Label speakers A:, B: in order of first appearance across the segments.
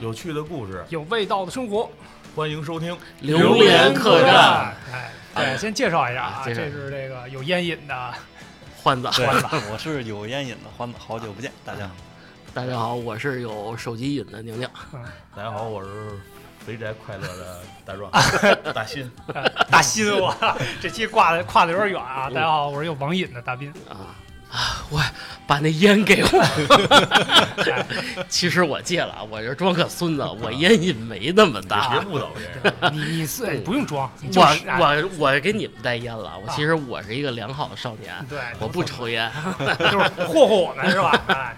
A: 有趣的故事，
B: 有味道的生活，
A: 欢迎收听。
C: 榴莲客栈，
B: 哎，对，先介绍一下啊，
C: 哎介绍
B: 这是这个有烟瘾的，
C: 欢子，
D: 对，我是有烟瘾的欢子，好久不见，大家好。
C: 大家好，我是有手机瘾的宁宁，
A: 大家好，我是肥宅快乐的大壮，大新。
B: 呃大新我这期挂的跨的有点远啊。大家好，我是有网瘾的大斌，
C: 啊啊！我把那烟给
B: 哎
C: 我，其实我戒了，我这装个孙子，我烟瘾没那么
A: 别
C: 大。啊
A: 误导别人，
B: 你你是哎不用装，你就
C: 我
B: 是哎
C: 我我给你们带烟了，我
B: 啊
C: 其实我是一个良好的少年，
B: 对，
C: 我不抽 烟。
B: 就是霍霍我们是吧？哎，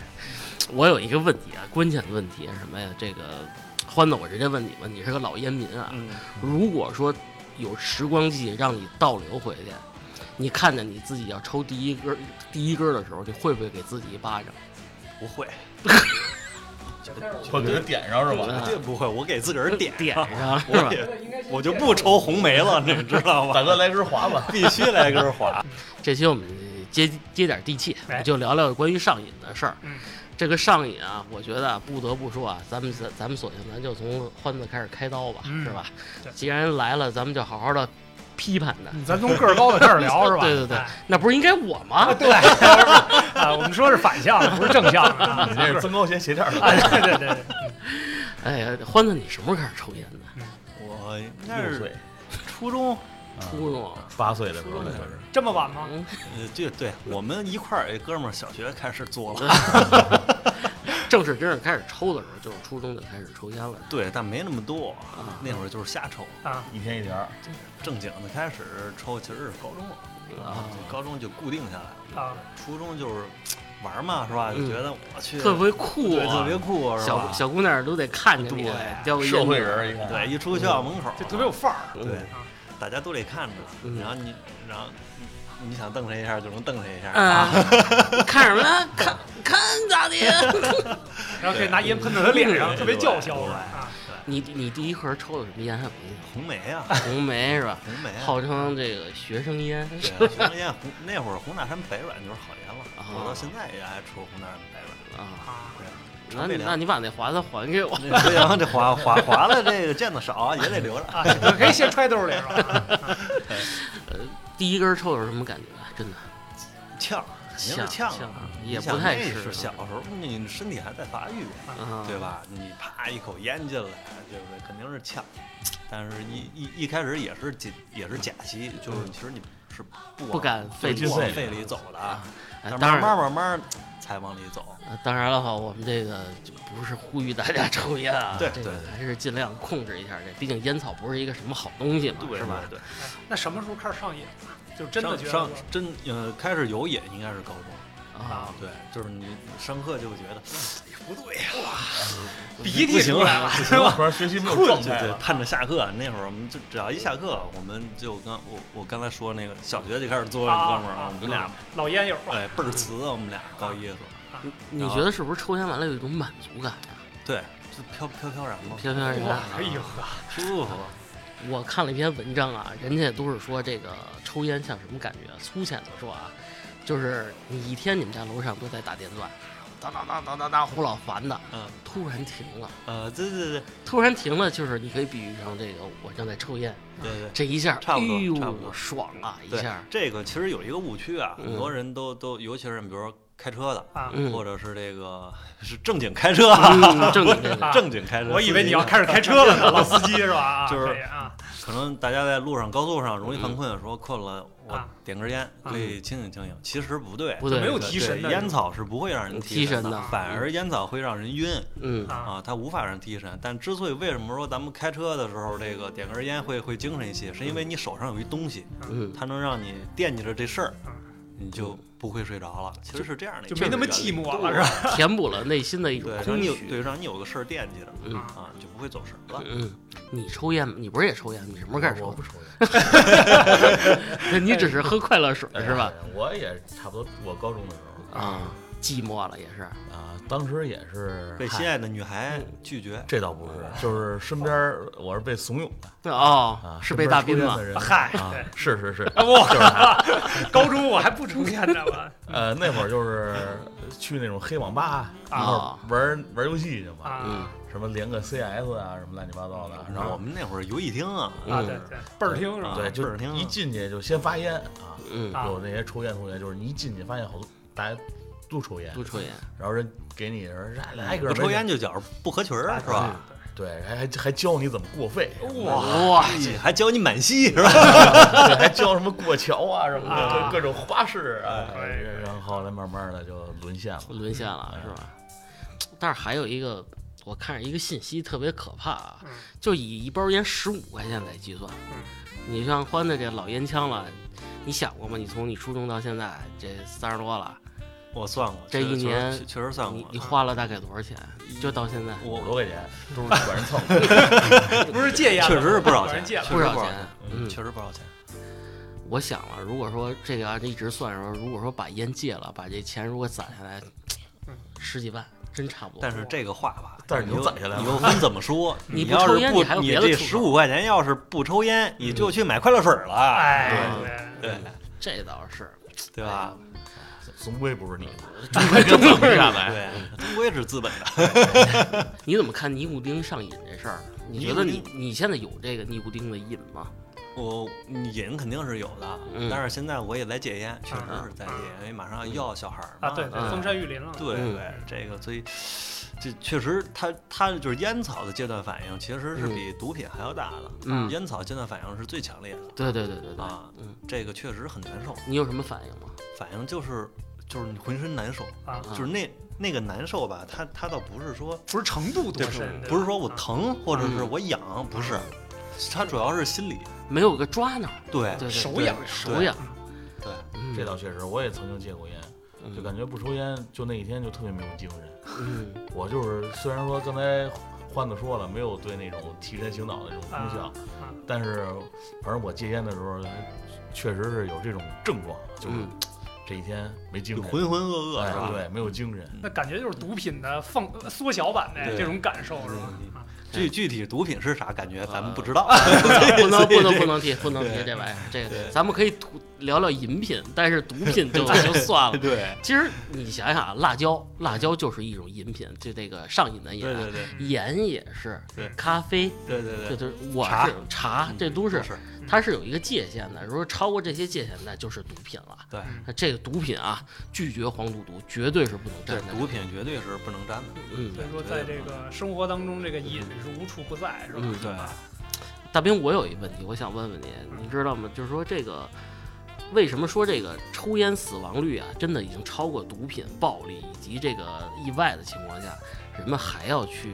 C: 我有一个问题啊，关键的问题是什么呀？这个欢子，我直接问你吧，你是个老烟民啊，
D: 嗯，
C: 如果说有时光机让你倒流回去，你看见你自己要抽第一根儿第一根儿的时候，你会不会给自己一巴掌？
D: 不会，
A: 我给他点上是吧？
C: 啊
D: 这不会，我给自 个儿点，
C: 点上是吧
D: 我？也我就不抽红梅了，你知道
A: 大
D: 吗？
A: 哥来根华吧。
D: 必须来根华。
C: 这期我们接接点地气，
B: 哎
C: 我就聊聊关于上瘾的事儿。
B: 嗯
C: 这个上瘾啊，我觉得啊不得不说啊，咱们咱咱们索性咱就从欢子开始开刀吧，
B: 嗯
C: 是吧
B: 对？嗯
C: 既然来了，咱们就好好的批判他。
B: 咱从个儿高的开始聊是吧？
C: 对对对
B: 哎
C: 那不是应该我吗？
B: 对，啊，我们说是反向的，不是正向的 啊。
A: 你这是增高鞋鞋垫儿
B: 啊，对对对，对
C: 哎呀，欢子，你什么时候开始抽烟的？
B: 啊
D: 我应该
A: 六
D: 是
A: 岁，嗯
D: 初中，
C: 初中。
A: 八岁的时候就是。
B: 这么晚吗？
C: 嗯，
D: 呃，就对我们一块儿，哎哥们儿小学开始做
C: 嗯
D: 了，
C: 正式真正开始抽的时候，就是初中就开始抽烟了。
D: 对，但没那么多
C: 啊，
D: 那会儿就是瞎抽，
B: 啊，
A: 一天一条儿，
D: 正经的开始抽其实是高中了，
C: 啊，
D: 高中就固定下来了，
B: 啊，
D: 初中就是玩儿嘛，是吧？就
C: 嗯
D: 觉得我去，
C: 特别酷
D: 对，特
C: 啊！
D: 别酷，是吧
C: 小？小姑娘都得看着你
D: 对，
C: 叼个烟啊
A: 社会人儿一看，
D: 对，，一出学校门口，
B: 这特别有范儿。
D: 对
B: 啊，
D: 大家都得看着，
C: 嗯
D: 然后你，然后你你想瞪谁一下就能瞪谁一下，
C: 啊， 看什么呢？看看咋的？
B: 然后可以拿烟喷到他脸上，
D: 对
B: 特别叫嚣
D: 对对
B: 的啊。
C: 你你第一盒抽的什么烟还有印象？
D: 红梅啊，
C: 红梅是 吧？
D: 红梅啊，
C: 号称这个学生烟，
D: 对啊，熊烟红那会儿红大山白软就是好烟了，
C: 啊
D: 我到现在也爱抽红大山白软。
C: 啊，
B: 啊，
C: 那你那你把那华子还给我。
D: 这不行，这划划划了，这个见的少也得留着。
B: 啊，可以先揣兜里是吧？
C: 第一根抽的是什么感觉？啊真的
D: 呛，肯定是
C: 呛
D: 呛啊，你
C: 也
D: 想
C: 不太
D: 那
C: 适
D: 是小
C: 合
D: 时候，你身体还在发育，
C: 啊，
D: 对？吧？你啪一口烟进来，就是肯定是呛，但是一一一开始也是假也是假吸，就是其实你是不
C: 不
D: 不
C: 敢费力
D: 不往肺里走的啊，
C: 哎
D: 但是
C: 当
D: 慢慢
C: 然
D: 慢慢才往里走。
C: 呃当然了哈，我们这个就不是呼吁大家抽烟啊，
D: 对
C: 这
D: 对
C: 个还是尽量控制一下这，毕竟烟草不是一个什么好东西嘛，
D: 对
C: 是吧？
D: 对，
B: 那什么时候开始上瘾？就真的
D: 上
B: 觉得
D: 上
B: 说
D: 真呃，开始有瘾应该是高中，
C: 啊，
D: 对，就是你上课就觉得哎不对呀，
B: 鼻
D: 嗯不
B: 涕
D: 行
B: 出来了，
D: 不
B: 是
D: 行了
B: 吧？
A: 突然学习没有
D: 对
A: 状
D: 对
A: 态
D: 对，
A: 了。
D: 盼着下课那会儿，我们就只要一下课，我们就跟我我刚才说那个小学就开始作为哥们儿
B: 啊啊
D: 我们俩
B: 老烟友
D: 哎倍
C: 嗯
D: 儿瓷，我们俩高一的时候，
C: 你你觉得是不是抽烟完了有一种满足感啊呀？
D: 对，就飘飘飘然嘛，
C: 飘飘然
B: 哇
C: 啊，
B: 哎呦呵，
D: 舒服。
C: 我看了一篇文章啊，人家都是说这个抽烟像什么感觉？粗浅的说啊，就是你一天你们家楼上都在打电钻，当当当当当当，呼老烦的，
D: 嗯
C: 突然停了，
D: 呃，对对对
C: 突然停了，就是你可以比喻成这个我正在抽烟，
D: 对对。
C: 这一下，
D: 差不多
C: 哎呦
D: 差不多
C: 爽啊一
D: 对
C: 下，，
D: 这个其实有一个误区啊，
C: 嗯
D: 很多人都都，尤其是比如说开车的，
B: 啊
C: 嗯
D: 或者是这个是正经开车啊，
C: 嗯正经这个
B: 啊
D: 正经开车。
B: 我以为你要
D: 司机
B: 开始开车了呢，老司机是吧？ 啊
D: 就是
B: 可以啊，
D: 可能大家在路上高速上容
C: 嗯
D: 易犯困，说困了，我
B: 啊
D: 点根烟可以清醒清醒。其实不对，
C: 不对，
B: 没有
D: 对
B: 提神的
D: 烟草是不会让人
C: 提神
D: 的
C: 的，
D: 反而烟草会让人晕
C: 嗯
B: 啊
D: 啊，它无法让人提神。但之所以为什么说咱们开车的时候这个点根烟会会精神一些，是因为你手上有一东西，
C: 嗯，
D: 它能让你惦记着这事儿
B: 嗯，
D: 你就不会睡着了。其实是这样的，
B: 就没那么寂
D: 寞。
B: 寞了是吧？
C: 填补了内心的一种
D: 对，让
C: 空
D: 你有
C: 虚。
D: 对让你有个事儿惦记着
C: 嗯
B: 啊
D: 啊，你就不会走神了。
C: 嗯，你抽烟吗？你不是也抽烟吗？你什么时候开始抽
A: 我不
C: 的？
A: 抽烟，
C: 你只是喝快乐水
A: 哎
C: 是 吧？？
A: 我也差不多，我高中的时候
C: 啊，寂寞了也是。
A: 啊，当时也是
D: 被心爱的女孩拒绝，
A: 这倒不是，就是身边儿我是被怂恿的
C: 哦
A: 啊，，
C: 是被大
A: 斌
C: 斌吗？？
B: 嗨
A: 啊
B: 对，
A: 是是 是，
B: 啊我高中我还不抽烟呢， 我
A: 呃，那会儿就是去那种黑网吧一块
C: 啊
A: 儿玩玩游戏去嘛，
B: 啊
C: 嗯
A: 什么连个 CS 啊，什么乱七八糟的。然
D: 然后
A: 后
D: 我们那会儿游戏厅啊，
B: 啊，对对，倍儿听是吧？
A: 对，就
D: 倍儿
A: 是
D: 听啊
A: 一进去就先发烟啊，
C: 嗯，
B: 啊
A: 有那些抽烟同学，就是你一进去发现好多大家都抽烟
C: 都，抽烟，
A: 然后人给你人来
C: 嗯
A: 来一根
D: 不
A: 儿
D: 抽烟，就觉着不合群儿是吧？
A: 对，还还还教你怎么过肺，
C: 哇，
D: 哎还教你满吸是吧？
A: 对还教什么过桥啊什么的，
B: 啊
A: 各种花式啊，
C: 哎
B: 可以可以
A: 然后后来慢慢的就沦陷了。
C: 沦陷
D: 嗯
C: 了是吧？但是还有一个，我看着一个信息特别可怕啊
B: 嗯，
C: 就以一包烟十五块钱来计算，你像欢的这老烟枪了，你想过吗？你从你初中到现在这三十多了，
D: 我算过，
C: 这一
D: 确实
C: 年
D: 确实确实算
C: 你
D: 过嗯
C: 你。花了大概多少钱？就到现在
A: 五
D: 我
A: 十多块钱都是管人蹭的，
B: 不是戒烟了，
D: 确实是不少
B: 管
D: 钱，
B: 人戒
D: 确
B: 了
D: 实
C: 不少
D: 少
C: 钱。嗯
D: 确，实不少钱。
C: 我想了，如果说这个按照一直算的时候，如果说把烟戒了，把这钱如果攒下来，十几万真差不多
D: 但。是这个话吧，
A: 但是你
D: 你
A: 又攒下来了
D: 你又分怎么说？
C: 你不
D: 要
C: 抽
D: 是
C: 烟
D: 不
C: 你还有，别的嗯
D: 这
C: 出口
D: 十五块钱要是不抽烟，你就去买快乐水了。
B: 哎，
D: 对
C: 这倒是，
D: 对吧？
A: 总归不是你的。
C: 这怎么下来？
D: 对，嗯终归是资本的。
C: 你怎么看尼古丁上瘾这事儿？你觉得
D: 尼
C: 你
D: 古
C: 你现在有这个尼古丁的瘾吗？
D: 我瘾肯定是有的，
C: 嗯
D: 但是现在我也在戒烟，确实是在戒
B: 啊
D: 烟，因为马上要小孩儿嘛。
B: 啊，对对，
C: 嗯
B: 封山育林了，
D: 对
C: 嗯
D: 对，这个所以这确实它，它就是烟草的戒断反应，其实是
C: 嗯
D: 比毒品还要大的。
C: 嗯
D: 烟草戒断反应是最强烈的，
C: 对对对对对，
D: 啊
C: 嗯，
D: 这个确实很难受，
C: 你有什么反应吗？
D: 反应就是就是你浑身难受，
B: 啊，
D: 就是那那个难受吧，它它倒不是说
B: 不是程度多
D: 对
B: 深，
D: 不是说
B: 对
D: 我
B: 吧啊
D: 疼或者是
C: 嗯
D: 我痒，不是，它主要是心理，
C: 没有个抓挠，
D: 对
C: 对对
B: 手
C: 对
B: 痒
C: 手痒，
D: 对，
C: 嗯
A: 这倒确实，我也曾经戒过烟，就感觉不抽烟，就那一天就特别没有精神。
C: 嗯
A: 我就是虽然说刚才欢子说了，没有对那种提神醒脑的那种功效，
B: 啊啊
A: 但是反正我戒烟的时候，确实是有这种症状， 就是
C: 嗯
A: 这一天没精
D: 就
A: 神，
D: 浑浑噩噩
A: 哎
D: 是吧？
A: 对，没有精神。
B: 那感觉就是毒品的放呃缩小版呗，
D: 对
B: 这种感受是吧？啊
D: 具具体毒品是啥感觉咱们不知
C: 啊
D: 道，
C: 不能不能
D: 所以
C: 不能提不能提
D: 对
C: 这玩意儿，这个
D: 对
C: 咱们可以吐聊聊饮品，但是毒品就就算了。
D: 对
C: 其实你想想啊，辣椒辣椒就是一种饮品，就这个上瘾的瘾啊
D: 对对对
C: 盐也是
D: 对，
C: 咖啡
D: 对对
C: 这
D: 对，
C: 都是我
D: 茶
C: 是茶，这都是
D: 是
C: 它是有一个界限的。如果超过这些界限，那就是毒品了。
D: 对
C: 那这个毒品啊，拒绝黄赌毒绝对是不能
D: 对
C: 沾，的。
D: 毒品绝对是不能沾的。
C: 嗯，
B: 所以说，在这个生活当中，这个瘾是无处不在，是吧？
C: 嗯
D: 对
C: 大兵，我有一问题，我想问问你，你知道吗？就是说这个，为什么说这个抽烟死亡率啊，真的已经超过毒品、暴力以及这个意外的情况下，人们还要去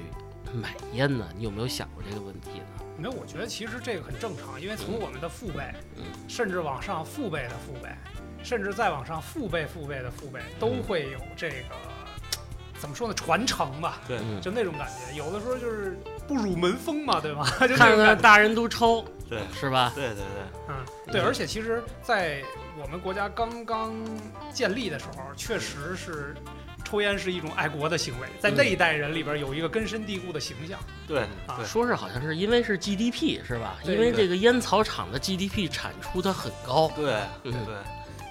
C: 买烟呢？你有没有想过这个问题呢？
B: 那我觉得其实这个很正常，因为从我们的父辈
C: 嗯，
B: 甚至往上父辈的父辈，甚至再往上父辈父辈的父辈，
C: 嗯
B: 都会有这个怎么说呢？传承吧，
D: 对
C: 嗯，
B: 就那种感觉。有的时候就是不辱门风嘛，对吧？ 就那
C: 看
B: 种感
C: 看
B: 觉。
C: 大人都抽，
D: 对
C: 是吧？
D: 对对对，
B: 嗯，对，
C: 嗯
B: 而且其实，在我们国家刚刚建立的时候，确实是抽烟是一种爱国的行为，
C: 嗯
B: 在那一代人里边有一个根深蒂固的形象。
D: 对
B: 啊
D: 对
C: 说是好像是因为是 GDP 是吧？
B: 对
C: 因为这个烟草厂的 GDP 产出它很高，
D: 对
C: 嗯
D: 对，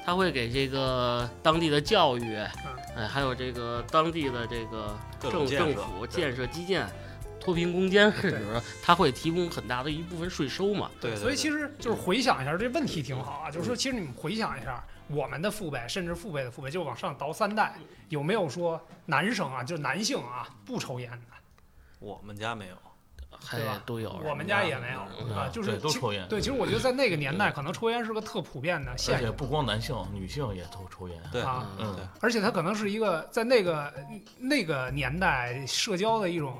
C: 它会给这个当地的教育，
B: 嗯
C: 哎，还有这个当地的这个
D: 各
C: 政
D: 种建
C: 政
D: 设
C: 府
D: 对
C: 建设基建、脱贫攻坚，甚至它会提供很大的一部分税收嘛。
D: 对，对
B: 所以其
D: 实
B: 实就是回想一下这问题挺好啊，就是说其实你们回想一下我们的父辈，甚至父辈的父辈，就往上倒三代，有没有说男生啊，就是男性啊不抽烟的？
D: 我们家没有，
C: 还
B: 对吧
C: 哎都有人
B: 我们家也没有
C: 嗯
B: 啊，就是
A: 对都
B: 其
A: 抽烟
B: 对，其实我觉得在那个年代，可能抽烟是个特普遍的
A: 而
B: 现
A: 且
B: 象
A: 不光男性，女性也都抽烟。
D: 对
B: 啊。
C: 嗯
A: 嗯
D: 对，
B: 而且它可能是一个在那个那个年代社交的一种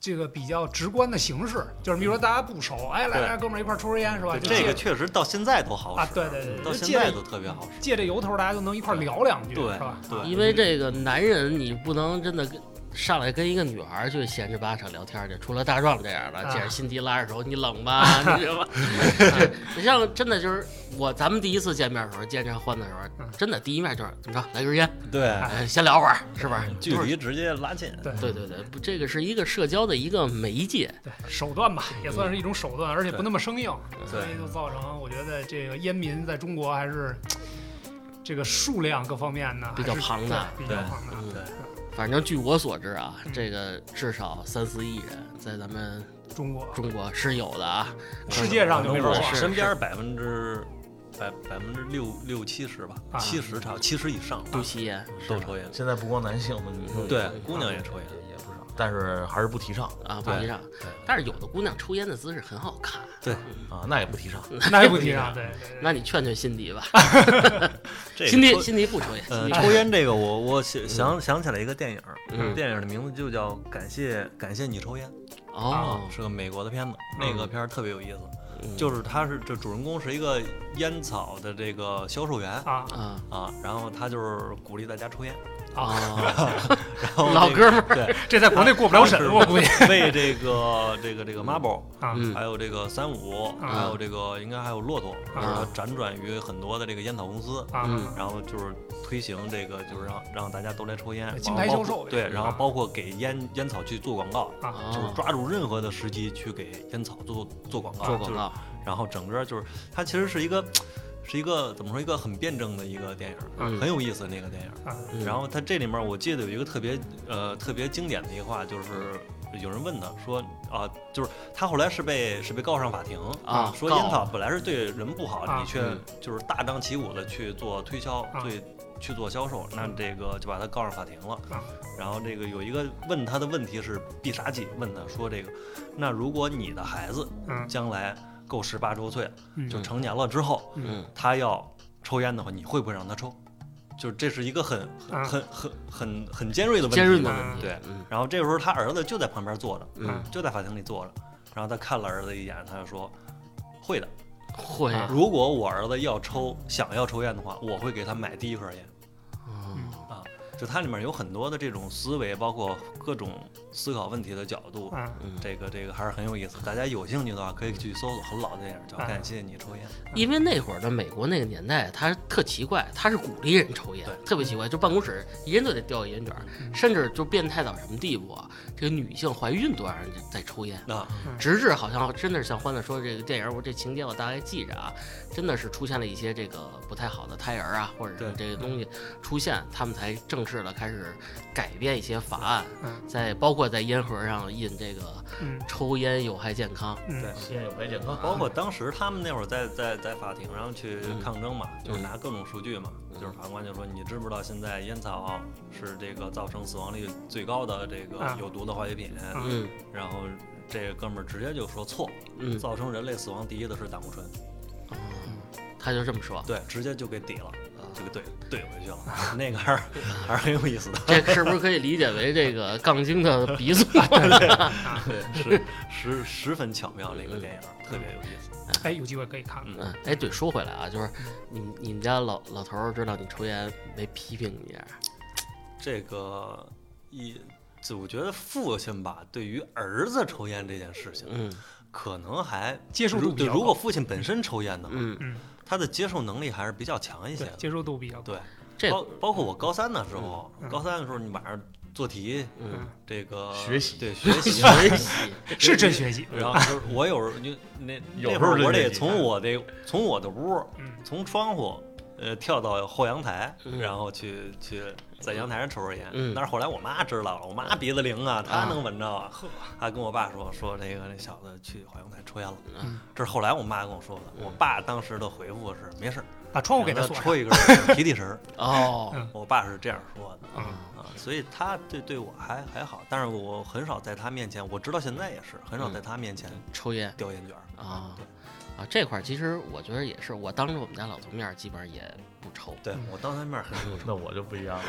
B: 这个比较直观的形式，就是比如说大家不熟，哎，来
D: 对
B: 来，哥们儿一块儿抽根烟是吧？
D: 对
B: 就
D: 这个
B: 借
D: 确实到现在都好
B: 啊
D: 使，，
B: 对对对，
D: 到
B: 就
D: 现
B: 借
D: 在
B: 这
D: 都特别好使。
B: 借这由头，大家就能一块儿聊两句，
D: 对
B: 是吧？
D: 对
C: 因为这个男人你不能真的跟上来跟一个女孩儿就闲着巴扯聊天儿去，除了大壮这样的，
B: 啊
C: 见着心急拉着手，你冷 吗？你知道吗？哎 你像真的就是我，咱们第一次见面的时候，见这欢的时候
B: 嗯，
C: 真的第一面就是怎么着，来根烟，
D: 对，
C: 哎，先聊会儿，是不是？
D: 嗯距离直接拉近。
B: 对
C: 对对对，不这个是一个社交的一个媒介，
B: 对，手段吧，也算是一种手段，而且不那么生硬，
C: 对
B: 所以就造成我觉得这个烟民在中国还是这个数量各方面呢
C: 比较
B: 还是
C: 庞大
B: 对比较庞大。
C: 嗯
D: 对，嗯
C: 反反正据我所知啊，这个至少三四亿人在咱们
B: 中 国
C: 中国是有的啊。
B: 世界上就没法
D: 我
B: 说
C: 是
D: 身边百分之百百分之六六七十吧，
B: 啊
D: 七十差七十以上吧
C: 不吸烟，
D: 都抽烟。
A: 现在不光男性，我们女生也
D: 对
A: 抽烟
D: 姑娘也抽烟
A: 也不少，但是还是不提倡
C: 啊，不
D: 对
C: 提倡。但是有的姑娘抽烟的姿势很好看，
D: 对，
A: 啊，那也不提倡。
B: 那也不提倡，对对对。
C: 那你劝劝辛迪吧。
D: 这个
C: 辛迪
D: 抽
C: 辛迪不抽烟，辛
D: 呃，
C: 迪
D: 抽烟这个我我想想想起来一个电影儿，这
C: 嗯
D: 个电影的名字就叫《感谢感谢你抽烟
C: 哦》，，
D: 是个美国的片子，那个片儿特别有意思，
C: 嗯
D: 啊就是他是这主人公是一个烟草的这个销售员
B: 啊
C: 啊
D: 啊，然后他就是鼓励大家抽烟，
B: 啊！
C: 哦，
D: 然后
C: 老
D: 这
C: 哥
D: 个
C: 们儿，
D: 对，
B: 这在国内过不了审，我估计
D: 为这个这个这个 Marble，
B: 啊
C: 嗯
D: 还有这个三五，
B: 啊
D: 还有这个应该还有骆驼，就是
C: 啊
D: 他辗转于很多的这个烟草公司，
B: 啊
C: 嗯
D: 然后就是推行这个，就是让让大家都来抽烟，
B: 金牌
D: 然后
B: 销售
D: 包括
B: 呗
D: 对，
B: 啊
D: 然后包括给烟烟草去做广告，
B: 啊！
D: 就是
C: 哦，
D: 抓住任何的时机去给烟草做做广告，
C: 做广
D: 啊就是
C: 告，
D: 然后整个就是它其实是一个是一个怎么说一个很辩证的一个电影，
C: 嗯
D: 很有意思那个电影。
B: 啊
C: 嗯
D: 然后它这里面我记得有一个特别呃特别经典的一话，就是有人问他说啊、就是他后来是被是被告上法庭
C: 啊
D: 说
C: 告
D: 烟草本来是对人不好，
B: 啊
D: 你却
C: 嗯
D: 就是大张旗鼓的去做推销，
B: 啊嗯
D: 对。去做销售，那这个就把他告上法庭了。
B: 啊
D: 然后这个有一个问他的问题是必杀技，问他说这个，那如果你的孩子
B: 嗯
D: 将来够十八周岁，
B: 嗯
D: 就成年了之后，
C: 嗯
D: 他要抽烟的话，你会不会让他抽？就是这是一个很
B: 啊
D: 很很很很很尖锐的问题。
C: 尖锐的
B: 嘛
C: 问题，
D: 对
C: 嗯
D: 然后这个时候他儿子就在旁边坐着，
C: 嗯，
D: 就在法庭里坐着。然后他看了儿子一眼，他就说：“会的，
C: 会
B: 啊
D: 如果我儿子要抽，想要抽烟的话，我会给他买第一盒烟。”
C: 哦
D: 啊，就它里面有很多的这种思维，包括各种思考问题的角度。
B: 啊
C: 嗯
D: 这个这个还是很有意思，大家有兴趣的话可以去搜索，很老的电影叫《
B: 啊
D: 感谢你抽烟》。
C: 因为那会儿的美国那个年代，他特奇怪，他是鼓励人抽烟
D: 对，嗯
C: 特别奇怪，就办公室一人就得叼一烟卷儿，甚至就变态到什么地步啊？这个女性怀孕都让人在抽烟，
D: 那
C: 直至好像真的是像欢乐说的这个电影，我这情节我大概记着啊，真的是出现了一些这个不太好的胎儿啊，或者是
D: 对嗯
C: 这个东西出现，他们才正式的开始改变一些法案，
B: 嗯
C: 在包括在烟盒上印这个
B: 嗯
C: 抽烟有害健康，
B: 嗯
A: 吸烟有害健康，
D: 包括当时他们那会儿在在在法庭上去
C: 嗯
D: 抗争嘛，就是
C: 嗯
D: 拿各种数据嘛，
C: 嗯
D: 就是法官就说你知不知道现在烟草是这个造成死亡率最高的这
B: 啊
D: 个有毒的化学品，
B: 啊
C: 嗯
D: 然后这个哥们儿直接就说错，
C: 嗯，
D: 造成人类死亡第一的是胆固醇，
C: 他就这么说，呃
D: 对，直接就给抵了，就给怼怼回去了，那个还是还是很有意思的，
C: 这是不是可以理解为这个杠精的鼻祖？
D: 是十十分巧妙的一个电影，特别有意思。
B: 哎，有机会可以看看。
C: 嗯，哎，对，说回来啊，就是你你们家老老头儿知道你抽烟没批评你啊，
D: 这个一，就我觉得父亲吧，对于儿子抽烟这件事情。
C: 嗯
D: 可能还
B: 接受度比
D: 对，
B: 较
D: 如
B: 高
D: 果父亲本身抽烟的话，
C: 嗯，
B: 嗯，
D: 他的接受能力还是比较强一些
B: 对，
D: 的。
B: 接受度比较高。
D: 对，
C: 这
D: 包包括我高三的时候，
B: 嗯嗯
D: 高三的时候你晚上做题，
C: 嗯
D: 这个
A: 学习
D: 对学 习。
C: 学习，
B: 是真学习。
D: 然后就是我有时候就那
A: 有时
D: 那
A: 候
D: 会儿
A: 真
D: 我
A: 学
D: 得
A: 习
D: 从我的从我的屋，
B: 嗯
D: 从窗户，呃，跳到后阳台，
C: 嗯
D: 然后去去在阳台上抽根烟。
C: 嗯
D: 但是后来我妈知道了，我妈鼻子灵啊，她
C: 啊
D: 能闻着啊
B: 呵。
D: 她跟我爸说说那个那小子去后阳台抽烟了
C: 嗯。
D: 这是后来我妈跟我说的。
C: 嗯
D: 我爸当时的回复是没事儿，
B: 把窗户给
D: 让
B: 他锁
D: 他
B: 上。
D: 抽一根儿提提神儿。
C: 哦，
B: 嗯
D: 我爸是这样说的。
C: 啊
D: 啊，所以他对对我还还好，但是我很少在他面前，我直到现在也是很少在他面前
C: 抽烟
D: 叼烟卷儿。
C: 啊啊，这块儿其实我觉得也是，我当着我们家老头面儿基本上也不抽，
D: 对我当他面儿很少
A: 那我就不一样了，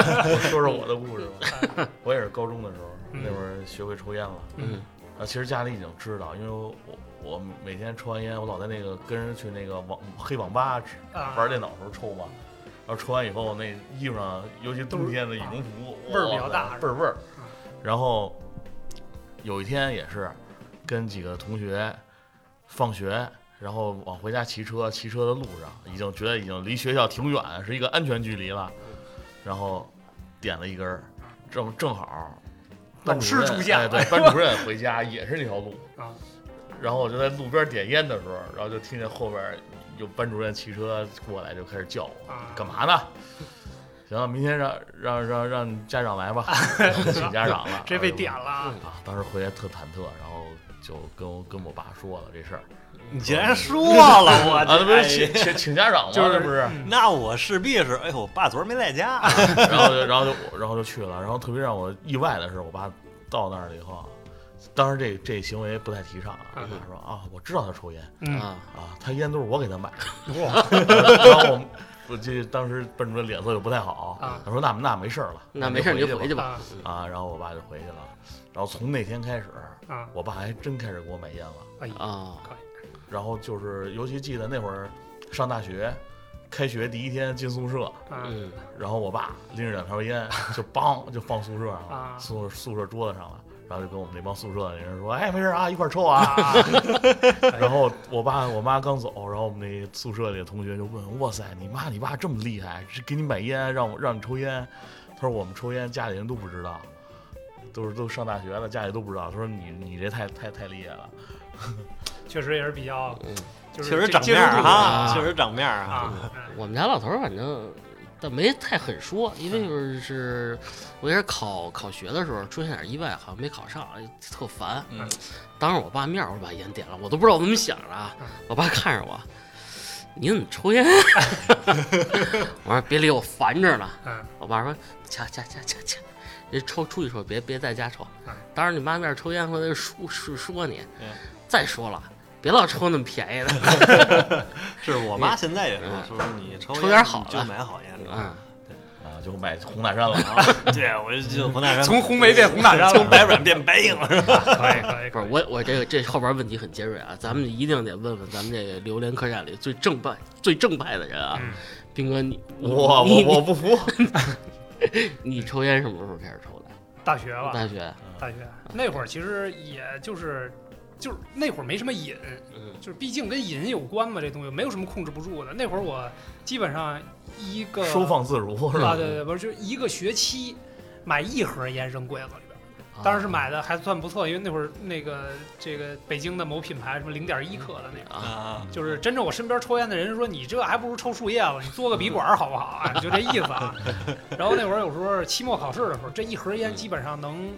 A: 我说说我的故事吧。我也是高中的时候，
B: 嗯
A: 那会儿学会抽烟了。
C: 嗯
A: 啊，其实家里已经知道，因为我我每天抽完烟，我老在那个跟人去那个网黑网吧吃
B: 啊
A: 玩电脑的时候抽嘛。然后抽完以后，那衣服上，尤其冬天的羽绒服，
B: 味儿比较大
A: 哇
B: 是
A: 倍
B: 吧
A: 儿味儿
B: 嗯。
A: 然后有一天也是跟几个同学放学，然后往回家骑车，骑车的路上已经觉得已经离学校挺远，是一个安全距离了。然后点了一根儿，正正好班
B: 老
A: 主
B: 师
A: 任
B: 出现
A: 哎，
B: 了
A: 对，班主任回家也是那条路
B: 啊。
A: 然后我就在路边点烟的时候，然后就听见后边有班主任骑车过来，就开始叫我
B: 啊：“
A: 干嘛呢？行了，明天让让让让家长来吧，请家长 了，
B: 这啊被点了啊。
A: 啊！当时回来特忐忑，然后就跟我跟我爸说了这事儿
D: 你既然说了，我
A: 啊，那不是
D: 这
A: 请请请家长吗？
B: 就是嗯
A: 这不是？
D: 那我势必是，哎呦，我爸昨儿没在家，
A: 然后就然后就然后就去了，然后特别让我意外的是，我爸到那儿了以后，当时这这行为不太提倡啊。我爸说啊，我知道他抽烟
B: 嗯，
C: 啊，
A: 啊，他烟都是我给他买的。
B: 哇，
A: 然后我我这当时奔着脸色就不太好
B: 啊，
A: 他说那那没事儿了，
C: 那没事儿你
A: 就
C: 就回去
A: 吧
C: 吧。
A: 啊。然后我爸就回去了，然后从那天开始，
B: 啊，
A: 我爸还真开始给我买烟了。
B: 哎呀，
C: 啊，
B: 可以，
A: 然后就是尤其记得那会儿上大学，开学第一天进宿舍，
B: 啊，
C: 嗯，
A: 然后我爸拎着两条烟就梆就放宿舍上
B: 啊
A: 了，宿宿舍桌子上了。然后就跟我们那帮宿舍的人说：“哎，没事啊，一块儿抽啊。
B: 哎”
A: 然后我爸我妈刚走，然后我们那宿舍里的同学就问：“哇塞，你妈你爸这么厉害，这给你买烟，让我让你抽烟？”他说：“我们抽烟，家里人都不知道，都是都上大学了，家里都不知道。”他说你：“你这太太太厉害了。
B: 确实也是比较，就
D: 确
B: 是
D: 实
B: 这
D: 长
B: 接
D: 面
B: 受
D: 儿
B: 度
D: 哈，
C: 啊
D: 确实长面儿哈。
B: 啊，嗯
C: 我们家老头儿反正但没太狠说，因为就是我也是考考学的时候出现点意外，好像没考上，哎特烦。
D: 嗯
C: 当着我爸面儿我就把烟点了，我都不知道我怎么想的啊
B: 嗯。
C: 我爸看着我，你怎么抽烟？啊 我说别理我，烦着呢。
B: 嗯
C: 我爸说掐掐掐掐掐，别抽出去抽，别别在家抽
B: 嗯。
C: 当着你妈面儿抽烟回来说说说你
D: 嗯。
C: 再说了，别老抽那么便宜的。
D: 是我妈现在也说，
C: 嗯
D: 说你抽
C: 抽
D: 烟
C: 点好
D: 你就
C: 的
D: 买好烟。
C: 嗯，
A: 啊，就买红塔山 了。
D: 啊，对，我就就红塔山，
B: 从红梅变红塔山
D: 从
B: 了，
D: 白软变白硬了，是吧？
B: 嗯可以可以，
C: 不
B: 可
C: 是
B: 以
C: 我，我这个这后边问题很尖锐啊，咱们一定得问问咱们这个榴莲客栈里最正派、最正派的人啊，
B: 嗯
C: 斌哥，你
A: 我
C: 你
A: 我
C: 你
A: 我不服，
C: 你抽烟什么时候开始抽的？
B: 大学吧，
C: 大学，
B: 大学那会儿，其实也就是就是那会儿没什么瘾，
C: 嗯
B: 就是毕竟跟瘾有关嘛，这东西没有什么控制不住的。那会儿我基本上一个
A: 收放自如是
B: 啊，
A: 吧？
B: 对对，对不是，就是一个学期买一盒烟扔柜子里边。
C: 啊
B: 当时是买的还算不错，因为那会儿那个这个北京的某品牌什么零点一克的那个，
C: 啊，
D: 啊，
B: 就是真正我身边抽烟的人说你这还不如抽树叶子，你做个笔管儿好不好啊？就这意思啊。然后那会儿有时候期末考试的时候，这一盒烟基本上能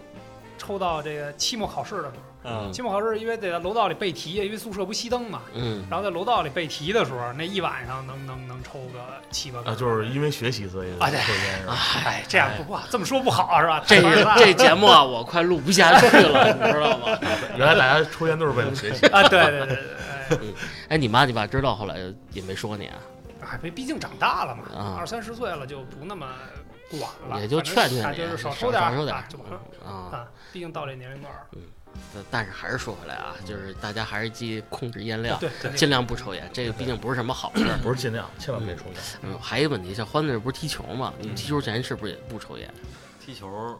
B: 抽到这个期末考试的时候。
D: 嗯，
B: 期末考试因为得在楼道里背题，因为宿舍不熄灯嘛，
C: 嗯，
B: 然后在楼道里背题的时候，那一晚上能能能抽个七八根
A: 啊，就是因为学习所以
B: 啊对
A: 抽烟是吧？
B: 哎，这样不哇，这么说不好是吧？
C: 这
B: 反正啊，
C: 这节目啊，我快录不下去了，你知道吗？
A: 原来大家抽烟都是为了学习
B: 啊，对对对对，哎
C: 哎，你妈你爸知道后来也没说你啊，
B: 哎，毕毕竟长大了嘛，
C: 啊
B: 二三十岁了就不那么管了，
C: 也就劝劝
B: 反
C: 你，
B: 正哎就是
C: 少
B: 少抽点儿，
C: 少抽点
B: 啊
C: 儿
B: 就完 了
C: 啊。
B: 啊。毕竟到这年龄段儿，
C: 但但是还是说回来啊，就是大家还是记控制烟量，
B: 对对
C: 尽量不抽烟，这个毕竟不是什么好事儿。
A: 不是尽量，千万别抽烟。
C: 嗯，还有一个问题，像欢子不是踢球嘛？你们踢球前是不是也不抽烟？
D: 踢球，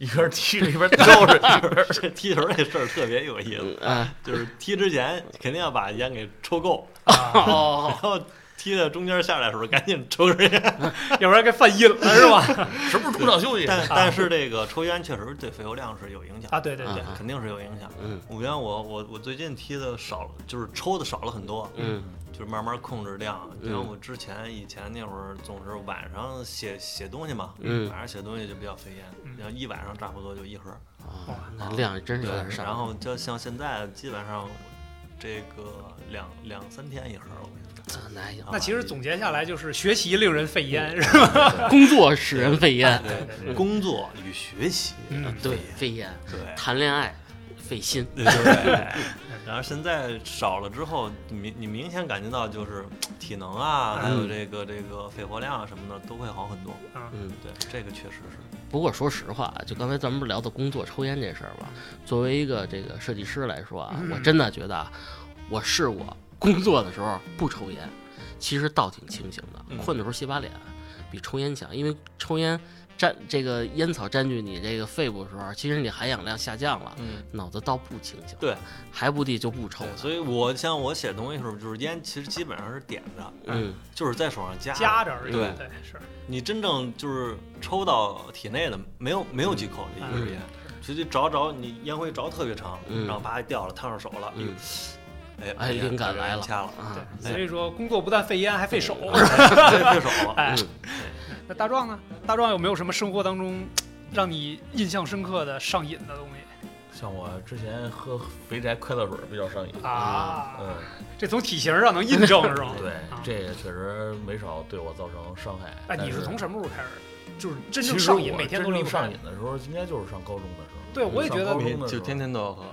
A: 一边踢着一边叼着，
D: 这踢球这事儿特别有意思，
C: 啊，
D: 就是踢之前肯定要把烟给抽够，
B: 啊，
D: 然
C: 哦，
D: 后踢到中间下来的时候赶紧抽根烟。
B: 要不然该犯瘾了是吧？
A: 什么时候中场休息？
D: 但但是这个抽烟确实对肺活量是有影响，
B: 啊，对对对
C: 啊，
D: 肯定是有影响。
C: 嗯
D: 我觉得我我我最近踢的少了，就是抽的少了很多，
C: 嗯
D: 就是慢慢控制量。
C: 嗯
D: 你看我之前以前那会儿总是晚上写写东西嘛，
C: 嗯
D: 晚上写东西就比较费烟
B: 嗯，
D: 然后一晚上差不多就一盒。
C: 啊，那量真是有点上。
D: 然后就像现在基本上这个两两三天一盒，我跟你说。
C: 啊那行
B: 那其实总结下来就是学习令人费烟是吧？
C: 工作使人费烟，
B: 对对
D: 啊对，工作与学习，
B: 嗯
C: 对，费烟，
D: 对，
C: 谈恋爱费心，
D: 对对。然后现在少了之后，你明你明显感觉到就是体能啊，还有这个这个肺活量啊什么的都会好很多。
B: 啊，
C: 嗯。
D: 对，这个确实是。
C: 不过说实话，就刚才咱们不是聊到工作抽烟这事儿嘛，作为一个这个设计师来说啊，我真的觉得啊，我是我工作的时候不抽烟，其实倒挺清醒的，
D: 嗯
C: 困的时候洗把脸比抽烟强，因为抽烟占这个烟草占据你这个肺部的时候，其实你含氧量下降了，
D: 嗯，
C: 脑子倒不清醒，
D: 对，
C: 还不地就不抽
D: 对，
C: 了，
D: 所以我像我写东西的时候，就是烟其实基本上是点着，
C: 嗯
D: 就是在手上夹。
B: 夹着而已，
D: 对
B: 对是，
D: 你真正就是抽到体内的，没有没有几口的一根烟，直接着着你烟灰着特别长，
C: 嗯
D: 然后啪掉了，烫上手了，
C: 嗯，
D: 哎
C: 哎，灵感来
D: 了，掐了，
C: 啊。
B: 对，所以说工作不但费烟还费手，
D: 对，对手了。
B: 哎，
C: 嗯，
B: 那大壮呢？大壮有没有什么生活当中让你印象深刻的上瘾的东西
A: 像我之前喝肥宅快乐水比较上瘾，
B: 啊？
A: 嗯，
B: 这从体型上能印证是吧？
A: 对
B: 啊，
A: 这个确实没少对我造成伤害。
B: 哎，
A: 但
B: 你是
A: 是
B: 从什么时候开始，就是真
A: 其
B: 正
A: 实
B: 上瘾，
A: 我
B: 每天
A: 真
B: 都离
A: 正
B: 不开
A: 上？瘾的时候，应该就是上高中的时候。
B: 对我也
A: 上
B: 觉得
A: 高中
D: 每
A: 的时
D: 就
A: 候
D: 天天都要喝，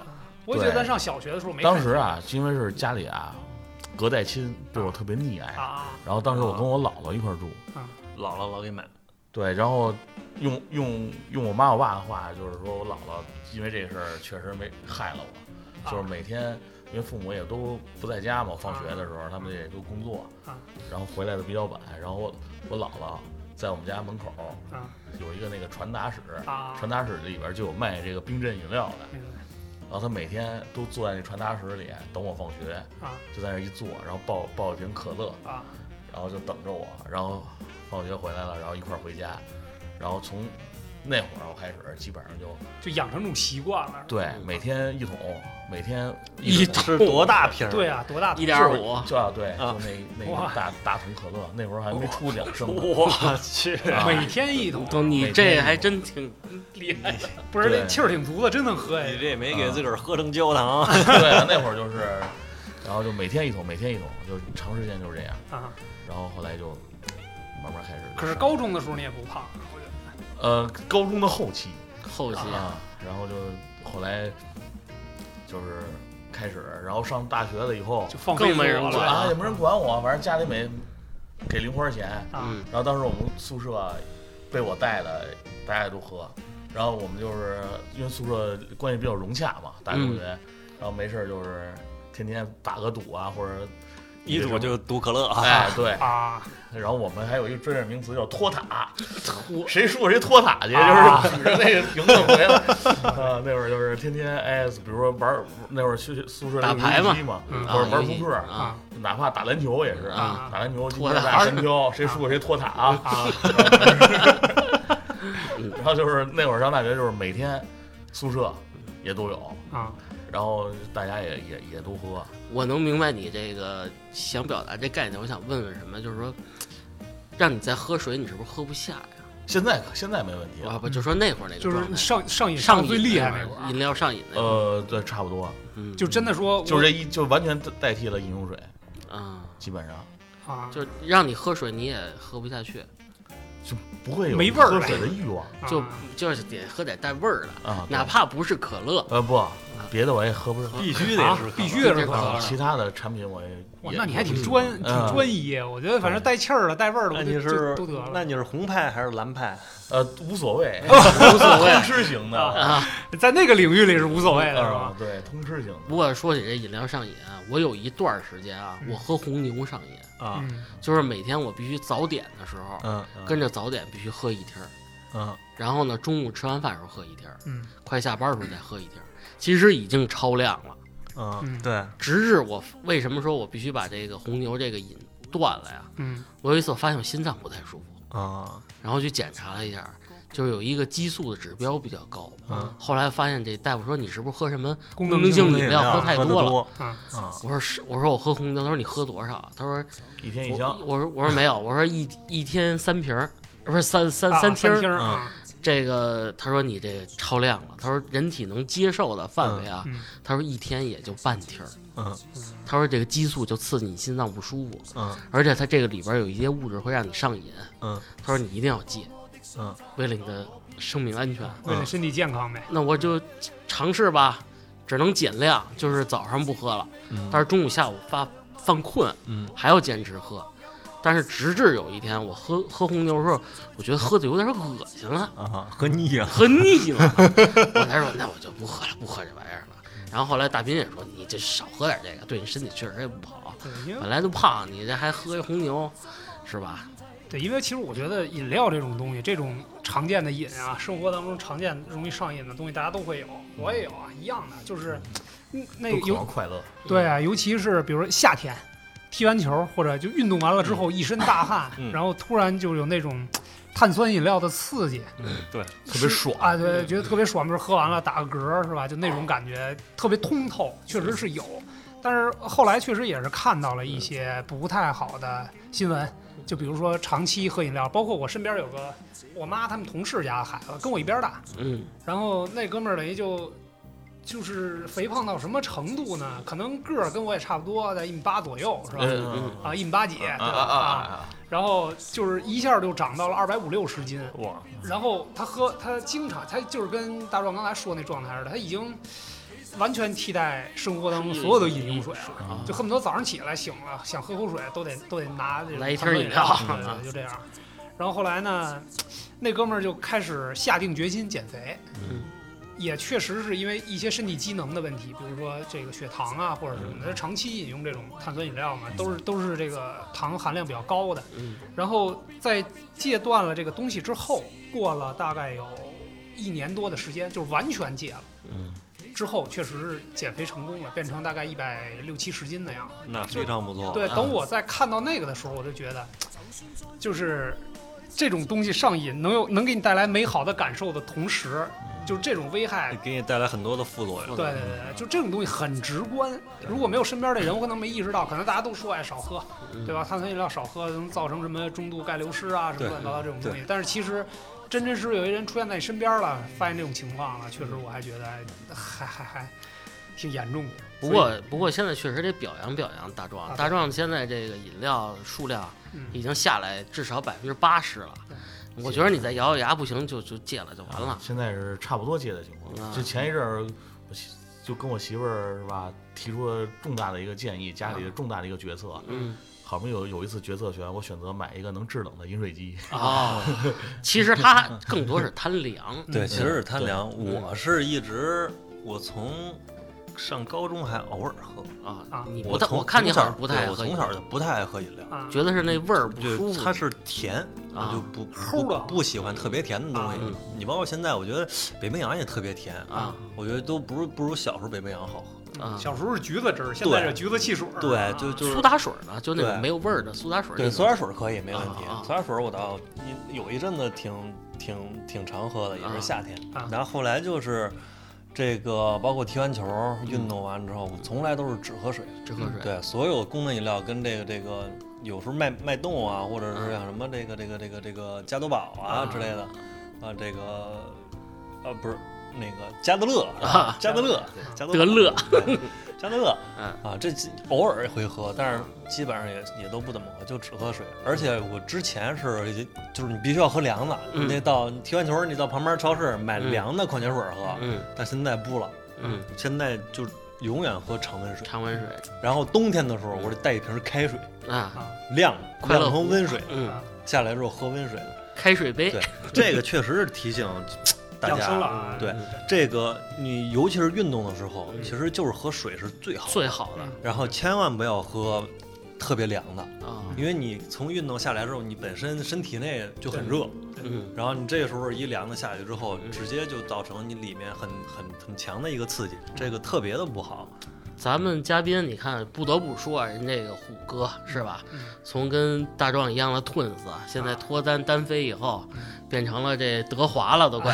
B: 我也觉得
A: 对
B: 咱上小学的时候没
A: 当
B: 看
A: 时啊，因为是家里啊隔代亲，对我特别溺爱。
B: 啊，
A: 然后当时我跟我姥姥一块儿住，
D: 姥姥老给买。
A: 对，然后用用用我妈我爸的话，就是说我姥姥因为这个事儿确实没害了我，
B: 啊
A: 就是每天因为父母也都不在家嘛，放学的时候他们也都工作
B: 啊，
A: 然后回来的比较晚，然后我我姥姥在我们家门口
B: 啊
A: 有一个那个传达室，
B: 啊，
A: 传达室里边就有卖这个冰镇饮料的，
B: 明白
A: 然后他每天都坐在那传达室里等我放学，
B: 啊
A: 就在那儿一坐，然后抱抱一瓶可乐，
B: 啊
A: 然后就等着我，然后放学回来了，然后一块儿回家，然后从那会儿我开始，基本上就
B: 就养成这种习惯了。
A: 对每天一桶，每天
C: 一
A: 桶，
D: 是多大瓶儿？
B: 对啊，多大
C: 一
B: 的？
C: 点五，
A: 就啊对，
D: 啊
A: 就那那
B: 哇
A: 个大大桶可乐，那会儿还没出两升呢，
D: 我去，
A: 啊
B: 每天一桶，
C: 都你
A: 每天
C: 这
A: 有
C: 还真挺厉害的。
B: 不是那
A: 对
B: 气儿挺足的，真能喝
D: 你
B: 呀。
D: 这没给自个儿喝成焦糖，
A: 对啊，那会儿就是，然后就每天一桶，每天一桶，就长时间就是这样，
B: 啊，
A: 然后后来就慢慢开始。
B: 可是高中的时候你也不胖，我觉得
A: 呃高中的后期
C: 后期
A: 啊，然后就后来就是开始，然后上大学了以后
B: 就放
C: 更
B: 飞自
C: 没人
B: 我
C: 管
B: 了
A: 啊也没人管我，反正家里每给零花钱，
B: 啊
C: 嗯，
A: 然后当时我们宿舍被我带的，大家也都喝，然后我们就是因为宿舍关系比较融洽嘛，大学同
B: 嗯
A: 学，然后没事儿就是天天打个赌啊，或者
D: 一赌就赌可乐啊！
A: 哎对，
B: 啊
A: 然后我们还有一个专业名词叫拖塔，
C: 脱
A: 谁输谁拖塔去，
C: 啊
A: 就是举着那个瓶子回来。啊，那会儿就是天天哎，比如说玩儿，那会儿去宿舍
C: 打牌嘛
A: 嘛，嘛
B: 嗯
A: 或者
C: 啊
A: 玩
C: 游戏
A: 扑克，
C: 啊，
A: 哪怕打篮球也是
B: 啊
A: 打篮球今
C: 拖
A: 天
C: 塔
A: 打三 挑，谁输谁拖塔啊。
B: 啊
A: 然后就是那会儿上大学，就是每天宿舍也都有，
B: 啊！
A: 然后大家也也也都喝。
C: 我能明白你这个想表达这概念，我想问问什么，就是说，让你再喝水，你是不是喝不下呀？
A: 现在可现在没问题
C: 啊
A: 了，
C: 不，就说那会儿那个
B: 嗯就是
C: 状
B: 上
C: 态
B: 上瘾
C: 上
B: 上
C: 瘾
B: 最厉害
C: 那
B: 那
C: 会
B: 会
C: 儿，
B: 儿，
C: 饮料上瘾那会儿，
A: 呃，对，差不多，
C: 嗯
B: 就真的说我
A: 就是这一就完全代替了饮用水，
C: 啊，
A: 基本上
B: 啊，
C: 就让你喝水你也喝不下去，
A: 就不会有
B: 没味儿
A: 喝
B: 了
A: 水的欲望
C: 就
B: 啊
C: 就是得喝点带味儿的，
A: 啊。对
C: 哪怕不是可乐，
A: 呃不，别的我也喝不上，
D: 必须得是
B: 啊必须得是可乐
A: 啊
B: 的。
A: 其他的产品我也
B: 哇，
A: 也
B: 那你还
A: 不
B: 挺
A: 是
B: 专，
A: 嗯
B: 挺专一。我觉得反正带气儿的、带味儿的，
D: 那
B: 我
D: 你
B: 就是就都得了
D: 那。你是红派还是蓝派？啊
A: 呃无所谓，
C: 无所谓啊
A: 通吃型的，
B: 在那个领域里是无所谓的，是
A: 啊
B: 吧？
A: 对，通吃型的
C: 不过说起这饮料上瘾啊，我有一段儿时间啊，我喝红牛上瘾，
D: 啊，
B: 嗯，
C: 就是每天我必须早点的时候，
A: 嗯
C: 跟着早点必须喝一听儿，
A: 嗯
C: 然后呢，中午吃完饭时候喝一听儿，
B: 嗯
C: 快下班的时候再喝一听儿，其实已经超量了。
D: 嗯
B: 嗯
D: 对，
C: 直至我为什么说我必须把这个红牛这个瘾断了呀？
B: 嗯
C: 我有一次我发现我心脏不太舒服，
D: 啊，
C: 然后去检查了一下，就是有一个激素的指标比较高。
D: 嗯
C: 后来发现这大夫说你是不是喝什么
B: 功
C: 能
B: 能性
C: 性
B: 饮
C: 饮料喝太多了？
D: 了
B: 啊
D: 啊，
C: 我说是，我说我喝红牛，他说你喝多少啊？他说
A: 一
B: 哎
A: 天一
C: 我
A: 箱，
C: 我说我说没有，我说一一天三瓶儿，不是三三
B: 啊三
C: 三听儿。
B: 儿
D: 嗯
B: 啊，
C: 这个他说你这个超量了，他说人体能接受的范围啊，
B: 嗯
C: 他说一天也就半听儿。
D: 嗯
C: 他说这个激素就刺激你心脏不舒服，
D: 嗯
C: 而且它这个里边有一些物质会让你上瘾。
D: 嗯，
C: 他说你一定要戒，
D: 嗯，
C: 为了你的生命安全。
B: 为了身体健康呗。
C: 那我就尝试吧，只能减量，就是早上不喝了，
D: 嗯
C: 但是中午、下午发犯困
D: 嗯
C: 还要坚持喝。但是直至有一天，我喝喝红牛的时候，我觉得喝的有点恶心了，
D: 啊，喝腻了，
C: 喝腻了， 我才说那我就不喝了，不喝这玩意儿了。然后后来大斌也说，你这少喝点这个，对你身体确实也不好。
B: 对，因为
C: 本来就胖，你这还喝一红牛，是吧？
B: 对，因为其实我觉得饮料这种东西，这种常见的瘾啊，生活当中常见容易上瘾的东西，大家都会有，我也有啊，一样的，就是嗯那
A: 都
B: 个
A: 渴
B: 有
A: 望快乐，
B: 对啊，尤其是比如说夏天，踢完球或者就运动完了之后一身大汗，
D: 嗯
B: 然后突然就有那种碳酸饮料的刺激，
D: 对，
A: 特别
B: 是
A: 爽嗯
B: 啊，对，觉得特别爽，比如喝完了打个嗝是吧？就那种感觉特别通透，确实是有。但是后来确实也是看到了一些不太好的新闻，就比如说长期喝饮料，包括我身边有个我妈他们同事家的孩子，跟我一边大，
C: 嗯，
B: 然后那哥们儿等于就就是肥胖到什么程度呢？可能个儿跟我也差不多，在一米八左右，是吧？
A: 嗯
C: 嗯
B: 啊，一米八几，对吧？
A: 啊啊啊啊！
B: 然后就是一下就长到了二百五六十斤，
A: 哇，
B: 然后他喝，他经常，他就是跟大壮刚才说那状态似的，他已经完全替代生活当中所有的饮用水了，
C: 啊
B: 就恨不得早上起来醒了想喝口水都得都得拿这种
C: 来一
B: 罐头
C: 瓶
B: 饮
C: 饮料嗯
B: 对对对就这样。然后后来呢，那哥们儿就开始下定决心减肥，
C: 嗯
B: 也确实是因为一些身体机能的问题，比如说这个血糖啊或者什么的，长期饮用这种碳酸饮料嘛，都是都是这个糖含量比较高的。
C: 嗯
B: 然后在戒断了这个东西之后，过了大概有一年多的时间，就是完全戒了。
C: 嗯，
B: 之后确实是减肥成功了，变成大概一百六七十斤的样子。
D: 哦那非常不错。
B: 对，
C: 啊
B: 等我再看到那个的时候，我就觉得，就是这种东西上瘾能有能给你带来美好的感受的同时，就是这种危害
D: 给你带来很多的副作用。
B: 对对对，就这种东西很直观。如果没有身边的人，我可能没意识到，可能大家都说哎少喝，对吧？碳酸饮料少喝能造成什么中度钙流失啊，什么
D: 对
B: 乱七八糟这种东西。但是其实真真实实有一人出现在你身边了，发现这种情况了，确实我还觉得哎还还还挺严重的。
C: 不过不过现在确实得表扬表扬大壮，
B: 啊
C: 大壮现在这个饮料数量
B: 嗯，
C: 已经下来至少百分之八十了，我觉得你再咬咬牙不行就就戒了就完了。
A: 啊现在是差不多戒的情
C: 啊
A: 况。就前一阵儿，我媳就跟我媳妇儿是吧，提出了重大的一个建议，家里的重大的一个决策。
C: 嗯
A: 好不容易有有一次决策权，我选择买一个能制冷的饮水机。
D: 啊
C: 哦， 其实他更多是贪凉，啊
D: 对，
B: 嗯
D: 其实是贪凉。我是一直，我从上高中还偶尔喝。
C: 啊
B: 啊，
C: 你不
D: 嗯我
C: 太，
D: 从
C: 我看你好像
D: 从小
C: 不太爱
D: 对我
C: 喝
D: 从
C: 饮料，
D: 小就不太爱喝饮料，
B: 啊，
C: 觉得是那味儿不舒
D: 就
C: 服。
D: 它是甜，
C: 啊
D: 我就不
B: 齁
D: 不
B: 的
D: 不不喜欢特别甜的东西
C: 嗯。
D: 你包括现在，我觉得北冰洋也特别甜
C: 啊，
D: 我觉得都不如不如小时候北冰洋好喝。
C: 啊
B: 嗯小时候是橘子汁儿，现在是橘子汽水儿。
D: 对
B: 啊，
D: 就就是
C: 苏打水呢，就那种
D: 对
C: 没有味儿的苏打水那种。
D: 对，苏打水可以没问题
C: 啊啊啊。
D: 苏打水我倒一有一阵子挺挺挺常喝的，也
C: 啊
D: 是夏天
B: 啊。
D: 然后后来就是这个，包括踢完球、运动完之后，我从来都是只喝水。
C: 只喝水。
D: 对，所有功能饮料跟这个这个，有时候脉脉动啊，或者是像什么这个这个这个这个加多宝
C: 嗯啊
D: 啊之类的，啊这个啊不是那个加德乐
C: 啊，
D: 加德乐，对加
C: 德乐，
D: 对加德乐，
C: 嗯
D: 啊这几偶尔也会喝，但是基本上也也都不怎么喝，就只喝水。而且我之前是就是你必须要喝凉的，
C: 嗯
D: 你得到踢完球你到旁边超市买
C: 嗯
D: 凉的矿泉水喝，
C: 嗯
D: 但现在不了，
C: 嗯，
D: 现在就永远喝常温水。
C: 常温水
D: 然后冬天的时候，我得带一瓶开水，
C: 啊，
D: 晾
C: 快乐
D: 晾成温水，
B: 啊
C: 嗯，
D: 下来之后喝温 水的。
C: 开水杯
D: 对，这个确实是提醒大
B: 养生了
D: 家，
B: 啊。
D: 对
C: 嗯
D: 这个你尤其是运动的时候，
C: 嗯
D: 其实就是喝水是最好的，
C: 最好的
D: 然后千万不要喝特别凉的，
B: 嗯
C: 啊，
D: 因为你从运动下来之后，你本身身体内就很热，
C: 嗯
D: 然后你这个时候一凉的下去之后，
C: 嗯
D: 直接就造成你里面很很很强的一个刺激，
B: 嗯
D: 这个特别的不好。
C: 咱们嘉宾，你看，不得不说啊，人这个虎哥是吧
B: 嗯？
C: 从跟大壮一样的 Twins，啊现在脱单单飞以后，变成了这德华了都快。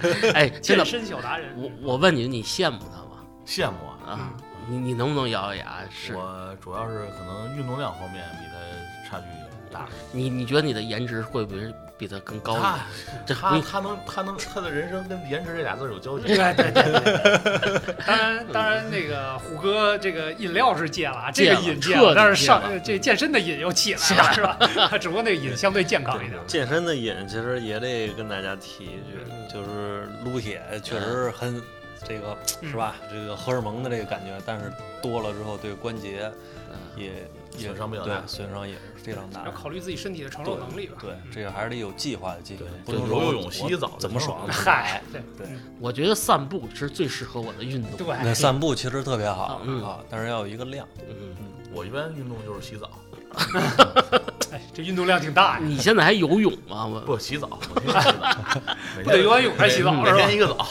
B: 对
C: 哎，真的
B: 啊健，身小达人，
C: 我我问你，你羡慕他吗？
A: 羡慕啊！
C: 啊，你你能不能咬咬牙？是
A: 我主要是可能运动量方面比他差距大。
C: 你你觉得你的颜值会不会比他更高一
A: 他
C: 点？这
A: 他
C: 你
A: 他能他能他的人生跟颜值这俩字儿有交集
B: 对。对对对，当然当然，那个虎哥这个饮料是戒了啊，这
C: 戒
B: 个
C: 了
B: 瘾
C: 彻
B: 了
C: 底，
B: 但是
C: 戒
B: 上
C: 了
B: 呃这健身的瘾又起来了，是吧？只不过那个瘾相对健康一点。
D: 健身的瘾其实也得跟大家提一句，
C: 嗯
D: 就是撸铁
A: 嗯
D: 确实很这个是吧？这个荷尔蒙的这个感觉，但是多了之后对关节
C: 嗯
D: 也也
A: 损伤比较
D: 对
A: 大
D: 损伤也是非常大
B: 要
D: 的。
B: 考虑自己身体的承受能力吧。
D: 对
B: 嗯，
D: 这个还是得有计划的进行，不
A: 就
D: 能
A: 游
D: 说
A: 泳
D: 我
A: 洗澡
D: 怎么爽
A: 就行
B: 嗨，对嗯
D: 对
C: 我觉得散步是最适合我的运动。
B: 对，
D: 那散步其实特别好
C: 嗯
D: 啊，但是要有一个量。
C: 嗯，
A: 我一般运动就是洗澡，
B: 哎这运动量挺大呀。
C: 你现在还游泳吗？我
A: 不洗澡，我天天洗澡， 每
B: 不得
A: 天
B: 游完泳才洗澡
A: 每
B: 是吧
A: 天？一个澡。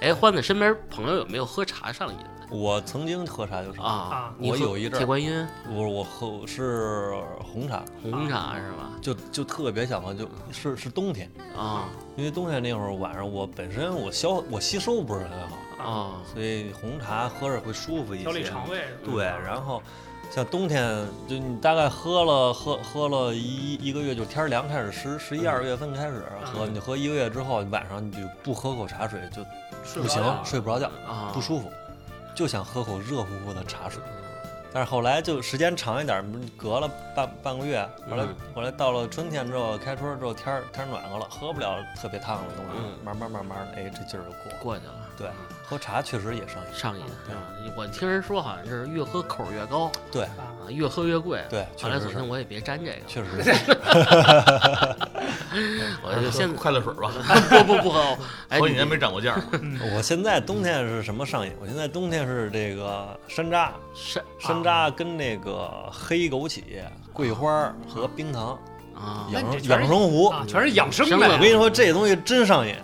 C: 哎，欢子身边朋友有没有喝茶上瘾的
D: 我曾经喝茶就是，
C: 啊
B: 啊？
C: 你
D: 我
C: 喝
D: 有一阵儿
C: 铁观音
D: 我我喝我是红茶，
C: 红茶是吧？
D: 就就特别想喝，就是是冬天，
C: 啊
D: 因为冬天那会儿晚上，我本身我消我吸收不是很好，
C: 啊
D: 所以红茶喝着会舒服一些。
B: 调理肠胃。
D: 对，然后像冬天，就你大概喝了喝喝了一一个月，就天儿凉开始，十十一二月份开始喝，你喝一个月之后，你晚上你就不喝口茶水就
B: 睡
D: 不
B: 着
D: 行
B: 了，
D: 睡不着觉，
C: 啊，
D: 不舒服，就想喝口热乎乎的茶水。但是后来就时间长一点，隔了半半个月，后来
C: 嗯
D: 后来到了春天之后，开春之后天儿天儿暖和了，喝不了特别烫的东西，
C: 嗯
D: 慢慢慢慢的，哎，这劲儿就过。
C: 过去了，
D: 对，喝茶确实也上 瘾。
C: 上瘾
D: 对
C: 啊！我听人说好像是越喝口儿越高
D: 对
B: 啊，
C: 啊，越喝越贵。
D: 对，
C: 后
D: 确
C: 来
D: 实
C: 索性
D: 是，
C: 我也别沾这个了，
D: 确实是。
C: 我呃就现 在
A: 快乐水吧，
C: 不不不 喝， 哎，
A: 好几
C: 你
A: 年没涨过价了。
D: 我现在冬天是什么上瘾？我现在冬天是这个山楂，
C: 山
D: 山楂跟那个黑枸杞、桂花和冰糖，
C: 啊，
B: 那
D: 养
B: 你这全是
D: 生养生壶。
B: 啊，全是养生
C: 生
B: 的
C: 的
D: 我
B: 呀
D: 跟你说，这东西真上瘾，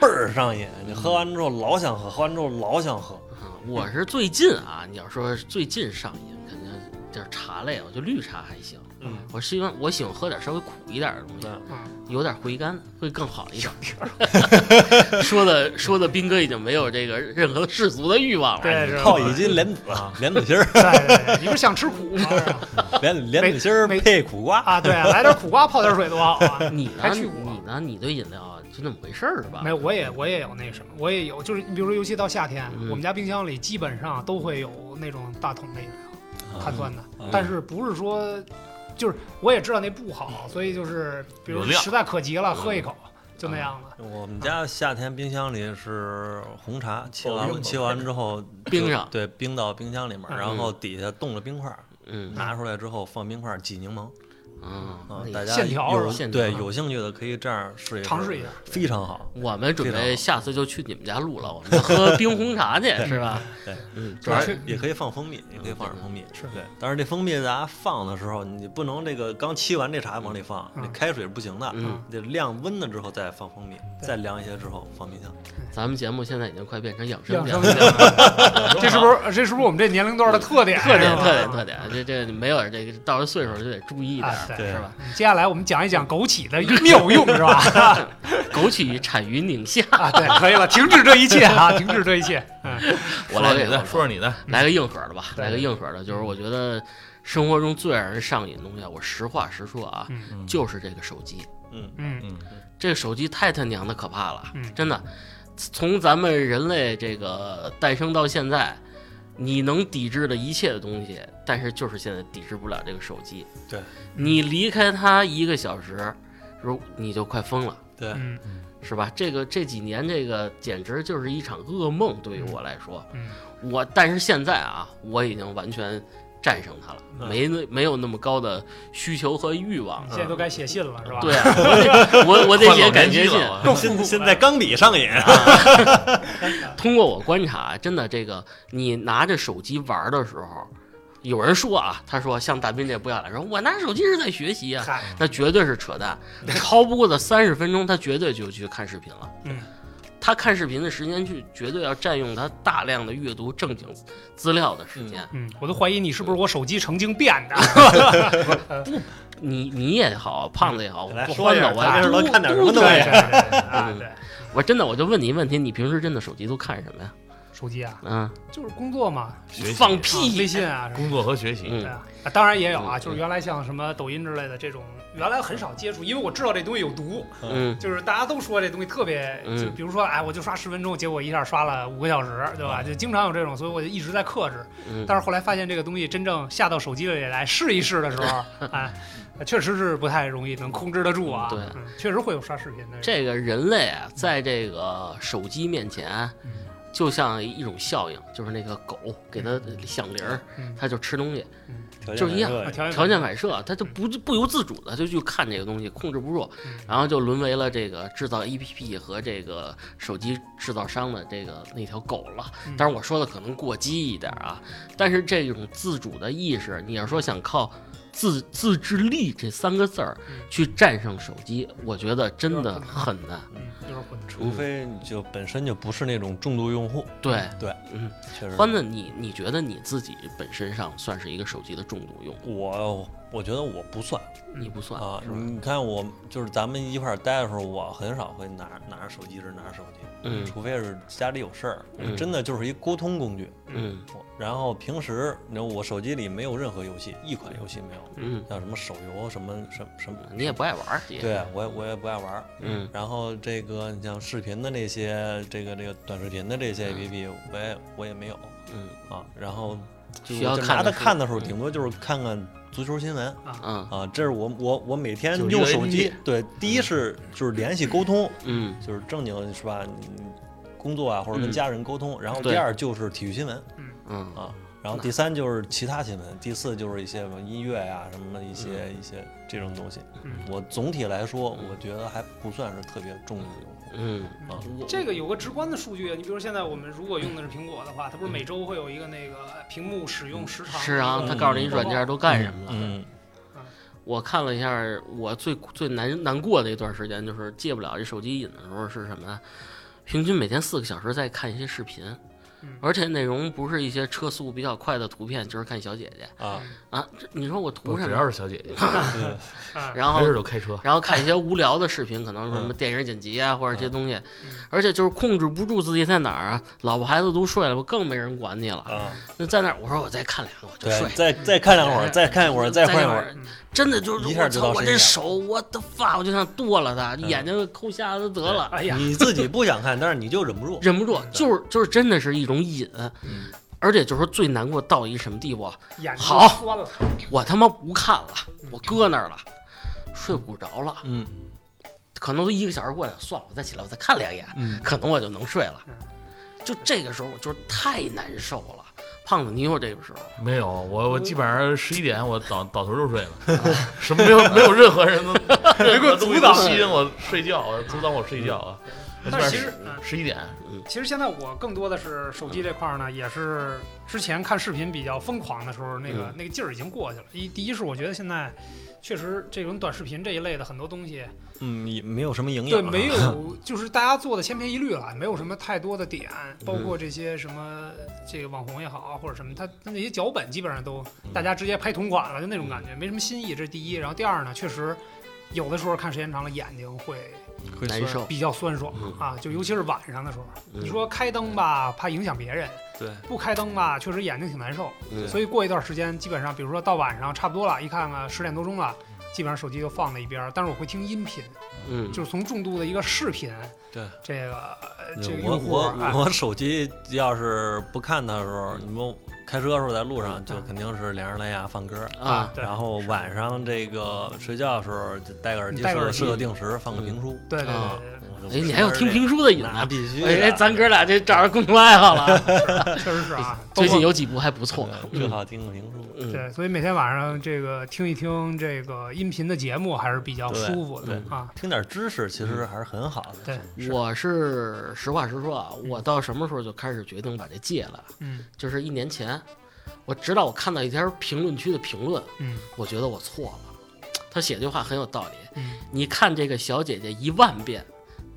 D: 倍儿上瘾。你喝完之后老想喝，喝完之后老想喝。
C: 啊我是最近啊，你要说最近上瘾，肯定就是茶类，我就绿茶还行。
D: 嗯，
C: 我是因为我喜欢喝点稍微苦一点的东西，
B: 嗯
C: 有点回甘会更好一点。 说的说的，斌哥已经没有这个任何世俗的欲望了。哎
B: 对，是吧
D: 泡一斤莲子，
B: 啊
D: 莲子心儿，
B: 对对对，你不是想吃苦吗？是吧
D: 莲莲子心儿
B: 没
D: 配苦瓜。
B: 啊，对啊，来点苦瓜泡点水多好啊！
C: 你呢？
B: 还去过
C: 你呢？你对饮料啊就那么回事儿是吧
B: 没？有，我也我也有那什么，我也有，就是你比如说，尤其到夏天，
C: 嗯
B: 我们家冰箱里基本上都会有那种大桶的饮料，
C: 啊
B: 碳酸的，
D: 嗯
B: 但是不是说，就是我也知道那不好，所以就是比如
A: 有量
B: 实在渴极
C: 嗯
B: 了，喝一口就那样的。
D: 嗯我们家夏天冰箱里是红茶，切
A: 哦
D: 完
A: 冰
D: 切完之后
C: 冰上
D: 就对，冰到冰箱里面，
B: 嗯
D: 然后底下冻了冰块儿，
C: 嗯
D: 拿出来之后放冰块儿挤柠檬
C: 啊
D: 啊，
C: 那
D: 大
C: 也
D: 家
B: 线条
D: 有
B: 是吧
C: 线条
D: 对有兴趣的可以这样
C: 嗯
D: 试一
B: 尝试一下，
D: 非常好。
C: 我们准
D: 非常好
C: 备下次就去你们家录了，我们喝冰红茶 去是吧？
D: 对，
C: 嗯，主
D: 主
C: 要
D: 要
C: 是
D: 哎
C: 嗯
D: 也可以放蜂蜜，也可以放点蜂蜜，
B: 是
D: 对。但是这蜂蜜大家放的时候，你不能这个刚沏完这茶往里放，
B: 嗯
D: 这开水是不行的，
C: 嗯，
D: 得晾温了之后再放蜂蜜，
B: 对
D: 再凉一些之后放冰箱。
C: 咱们节目现在已经快变成养生
B: 养
C: 节目
B: 生
C: 了。
B: 这是不是这是不是我们这年龄段的特点？ 啊
C: 特点
B: 是吧
C: 特点特点，这这没有这个到了岁数就得注意一点
B: 啊，
D: 对
B: 对。
C: 是吧？
B: 嗯接下来我们讲一讲枸杞 的妙用，是吧？
C: 枸杞产于宁夏，
B: 啊，对，可以了，停止这一切啊，停止这一切。嗯，
C: 我来
A: 说说你
C: 给
A: 的，说说你的，
C: 来个硬核的吧，
B: 对
C: 来个硬核的，就是我觉得生活中最让人上瘾的东西啊，我实话实说啊，
B: 嗯
A: 嗯
C: 就是这个手机，
D: 嗯，
B: 嗯
A: 嗯，
C: 这个手机太他娘的可怕了，
B: 嗯
C: 真的，从咱们人类这个诞生到现在。你能抵制的一切的东西，但是就是现在抵制不了这个手机。
D: 对，
C: 你离开它一个小时，如你就快疯了。
D: 对，
B: 嗯
C: 是吧？这个这几年这个简直就是一场噩梦，对于我来说，
B: 嗯
C: 我但是现在啊，我已经完全战胜它了，
D: 嗯
C: 没那没有那么高的需求和欲望
B: 嗯，
C: 了。
B: 现在都该写信了，是吧？
C: 对、啊，我得我 我得
A: 换
C: 写
A: 老
C: 感
A: 年机
C: 谢信。
A: 了，我
B: 更复古
D: 现
B: 了
D: 现在钢笔上 瘾，
C: 通过我观察，真的这个你拿着手机玩的时候，有人说啊，他说像大兵这不要脸，说我拿手机是在学习啊，
B: 嗨，
C: 那绝对是扯淡。超不过的三十分钟，他绝对就去看视频了。
B: 嗯，
C: 他看视频的时间去绝对要占用他大量的阅读正经资料的时间。
B: 嗯，我都怀疑你是不是我手机曾经变的。
C: 你你也好，胖子也好，
D: 嗯来
C: 不
D: 说
C: 欢啊
D: 一
C: 的我
D: 下咱
C: 也
D: 这都看点什么东
B: 对
D: 西
B: 对对啊，对，
C: 我真的我就问你一问题，你平时真的手机都看什么呀？
B: 手机啊，
C: 嗯，
B: 就是工作嘛，
A: 学习
C: 放
B: 啊微
C: 屁！
B: 信啊什么
A: 工作和学习，
B: 的。对
C: 嗯
B: 啊，啊当然也有啊，
C: 嗯
B: 就是原来像什么抖音之类的这种，原来很少接触，因为我知道这东西有毒，
C: 嗯
B: 就是大家都说这东西特别，
C: 嗯
B: 就比如说，哎，我就刷十分钟，结果一下刷了五个小时，对吧？就经常有这种，所以我就一直在克制。
C: 嗯，
B: 但是后来发现这个东西真正下到手机里来试一试的时候，哎，确实是不太容易能控制得住啊。
C: 对
B: 嗯，确实会有刷视频的。
C: 这个人类啊，在这个手机面前，
B: 嗯
C: 就像一种效应，就是那个狗给它响铃儿，
B: 嗯
C: 它就吃东西。
D: 条件
C: 就是一样
D: 反
B: 啊
D: 射
B: 条
C: 条件反射，他就不不由自主的就去看这个东西，控制不住
B: 嗯，
C: 然后就沦为了这个制造 APP 和这个手机制造商的这个那条狗了
B: 嗯。
C: 当然我说的可能过激一点啊，但是这种自主的意识，你要说想靠自自制力这三个字儿
B: 嗯
C: 去战胜手机，我觉得真的很难。
B: 嗯，就是混吃。
D: 除非你就本身就不是那种重度用户，
C: 对，
D: 对，
C: 嗯，
D: 确实。
C: 欢子，你你觉得你自己本身上算是一个手机的重度用户？
D: 我我觉得我不算
C: 你不算嗯
D: 啊，
C: 是吧？
D: 你看我就是咱们一块儿待的时候，我很少会拿拿着手机一直拿着手机，
C: 嗯
D: 除非是家里有事儿，
C: 嗯
D: 真的就是一沟通工具。
C: 嗯
D: 我然后平时你知道我手机里没有任何游戏，一款游戏没有，
C: 嗯，
D: 像什么手游什么什么什么，
C: 你也不爱玩儿，也
D: 对啊我也我也不爱玩儿。
C: 嗯
D: 然后这个你像视频的那些，这个这个短视频的这些 APP，我也我也没有
C: 嗯
D: 啊。然后就
C: 需要
D: 就
C: 看
D: 拿它
C: 的是
D: 看的时候，
C: 嗯
D: 顶多就是看看足球新闻
C: 嗯
D: 啊。这是我我我每天
A: 就是一
D: 用
A: 个
D: 手
A: APP
D: 机，对，第一是就是联系沟通，
C: 嗯
D: 就是正经是吧？你工作啊，或者跟
C: 嗯
D: 家人沟通。然后
C: 对
D: 第二就是体育新闻
C: 嗯
D: 啊，然后第三就是其他新闻，第四就是一些什么音乐呀、什么一些、一些这种东西。
B: 嗯
D: 我总体来说，我觉得还不算是特别重的用户。
C: 嗯，
D: 啊
C: 我
B: 这个有个直观的数据，你比如现在我们如果用的是苹果的话，它不
C: 嗯
B: 是每周会有一个那个屏幕使用时长？
C: 是啊，他告诉你软件都干什么了。
D: 嗯，
C: 我看了一下，我最最难难过的一段时间就是戒不了这手机瘾的时候是什么呀？平均每天四个小时在看一些视频
B: 嗯，
C: 而且内容不是一些车速比较快的图片，就是看小姐姐
D: 啊，
C: 啊。这你说我图
A: 我
C: 什
A: 只
C: 么？
A: 要是小姐 姐，
D: 对
B: 啊，
C: 然
A: 没
C: 后
A: 事就开车。
C: 然后看一些无聊的视频，可能是什么
D: 嗯
C: 电影剪辑啊，或者这些东西
B: 嗯，
C: 而且就是控制不住自己在哪儿啊，老婆孩子都睡了，我更没人管你了。
D: 啊，
C: 那在哪儿？我说我再看两个，我就睡
D: 对，。再再看两会儿，
C: 嗯
D: 再看一会儿，再换一会儿，
B: 嗯
C: 真的就是
D: 一下
C: 我
D: 就
C: 操，
D: 到
C: 我
D: 深
C: 这
D: 夜
C: 手我的发，我就想剁了它，
D: 嗯
C: 眼睛抠瞎了得了。
B: 哎呀，
D: 你自己不想看，但是你就忍不住。
C: 忍不住，就是就是真的是一种瘾，
D: 嗯
C: 而且就是说最难过到一什么地步啊，
B: 眼睛
C: 好
B: 酸了，
C: 我他妈不看了，我搁那儿了，睡不着了，
D: 嗯
C: 可能都一个小时过去了，算了，我再起来我再看两眼，
D: 嗯，
C: 可能我就能睡了
B: 嗯。
C: 就这个时候，我就是太难受了。胖子，你有这个时候吗？
A: 没有，我我基本上十一点我倒倒头就睡了，什么没有没有任何人能任何东西能吸引我睡觉，阻挡我睡觉啊。我基
B: 但
A: 本上
B: 是其实。嗯
A: 十一点，
B: 其实现在我更多的是手机这块儿呢，也是之前看视频比较疯狂的时候，那个、
C: 嗯
B: 那个劲儿已经过去了。一第一是我觉得现在确实这种短视频这一类的很多东西，
D: 嗯，也没有什么营养。啊
B: 对，没有就是大家做的千篇一律了，没有什么太多的点，包括
D: 嗯
B: 这些什么这个网红也好啊，或者什么，他他那些脚本基本上都
D: 嗯
B: 大家直接拍同款了，就那种感觉，没什么新意。这是第一，然后第二呢，确实有的时候看时间长了眼睛会
D: 会
C: 难
D: 酸。
C: 受。
B: 比较酸爽
C: 嗯
B: 啊，就尤其是晚上的时候，
C: 嗯
B: 你说开灯吧，怕影响别人。
D: 对，
B: 不开灯吧，确实眼睛挺难受。
C: 嗯
B: 所以过一段时间，基本上比如说到晚上差不多了，一看啊看十点多钟了，基本上手机就放在一边儿。但是我会听音频，
C: 嗯，
B: 就是从重度的一个视频，
D: 对
B: 这个呃这个
D: 我
B: 用户
D: 我
B: 啊，
D: 我手机要是不看它的时候，你们开车的时候在路上就肯定是连着蓝牙放歌。
C: 啊，
B: 对
D: 然后晚上这个睡觉的时候就戴个耳机，
B: 你戴个
D: 设
B: 耳
D: 个
B: 机嗯
D: 设个定时，放个评书。
B: 对对对
C: 啊
B: 对对
D: 我就
C: 哎，
D: 不
C: 你还有
D: 是
C: 听
D: 这
C: 评书的瘾
D: 那
C: 呢？
D: 必须的。
C: 哎，咱哥俩这找着共同爱 好了。
B: 对，确实是 啊。包
C: 最近
B: 括
C: 有几部还不错。
D: 对最好听个评书。
C: 嗯，
B: 对，所以每天晚上这个听一听这个音频的节目还是比较
D: 对
B: 舒服的
D: 对
B: 啊。
D: 听点知识其实还是很好的。
B: 对，
C: 我是实话实说啊，我到什么时候就开始决定把这戒了？
B: 嗯
C: 就是一年前，我直到我看到一条评论区的评论，
B: 嗯
C: 我觉得我错了。他写这句话很有道理，
B: 嗯，
C: 你看这个小姐姐一万遍，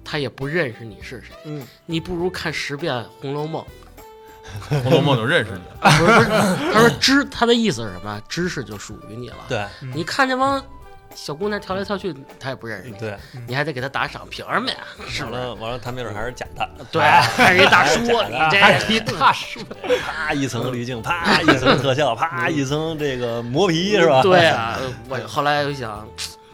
C: 她也不认识你是谁，
D: 嗯，
C: 你不如看十遍《红楼梦》
A: 《红楼梦》就认识你了。
C: 啊。不是不是，他说知他的意思是什么？知识就属于你了。，
D: 对
B: 嗯
C: 你看这帮小姑娘跳来跳去，她也不认识你，
D: 对，
C: 你还得给她打赏，凭什么呀？是
D: 完
C: 不是？
D: 了完了，他没准还是假的，
B: 嗯
C: 对，还是一大叔，你这
B: 一大叔，
D: 啪一层滤
B: 嗯
D: 镜，啪一层特效，啪一层这个磨皮是吧？
C: 对 啊，我后来又想，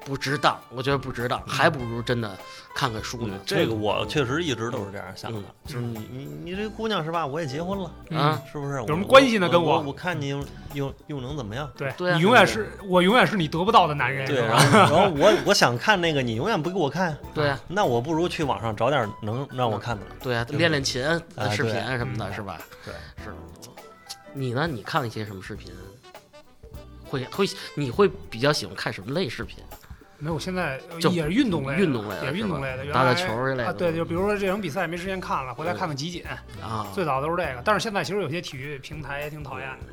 C: 不值当，我觉得不值当，还不如真的看看书呢
D: 嗯。这个我确实一直都是这样想的
C: 嗯，
D: 就是你你你这姑娘是吧？我也结婚了，
C: 啊，
D: 是不是？有
B: 什么关系呢跟
D: 我
B: 我
D: 我看你又又又能怎么样？
B: 对
C: 对啊
B: 你永远是我永远是你得不到的男人，
D: 对，
B: 是
D: 然
B: 吧
D: 后然后我我想看那个，你永远不给我看，
C: 对啊，
D: 那我不如去网上找点能让我看的了。
C: 对啊，练练琴、视频啊什么的，
D: 嗯
C: 是吧？
D: 对，
C: 是。你呢？你看一些什么视频？会会，你会比较喜欢看什么类视频？
B: 没有，现在呃
C: 就
B: 也是运动类的，
C: 运动类的
B: 也是运动类的，
C: 是吧
B: 原来
C: 打打球之类的
B: 啊，对，就比如说这场比赛没时间看了，回来
C: 嗯
B: 看看集锦，
C: 啊，
B: 最早都是这个。但是现在其实有些体育平台也挺讨厌的，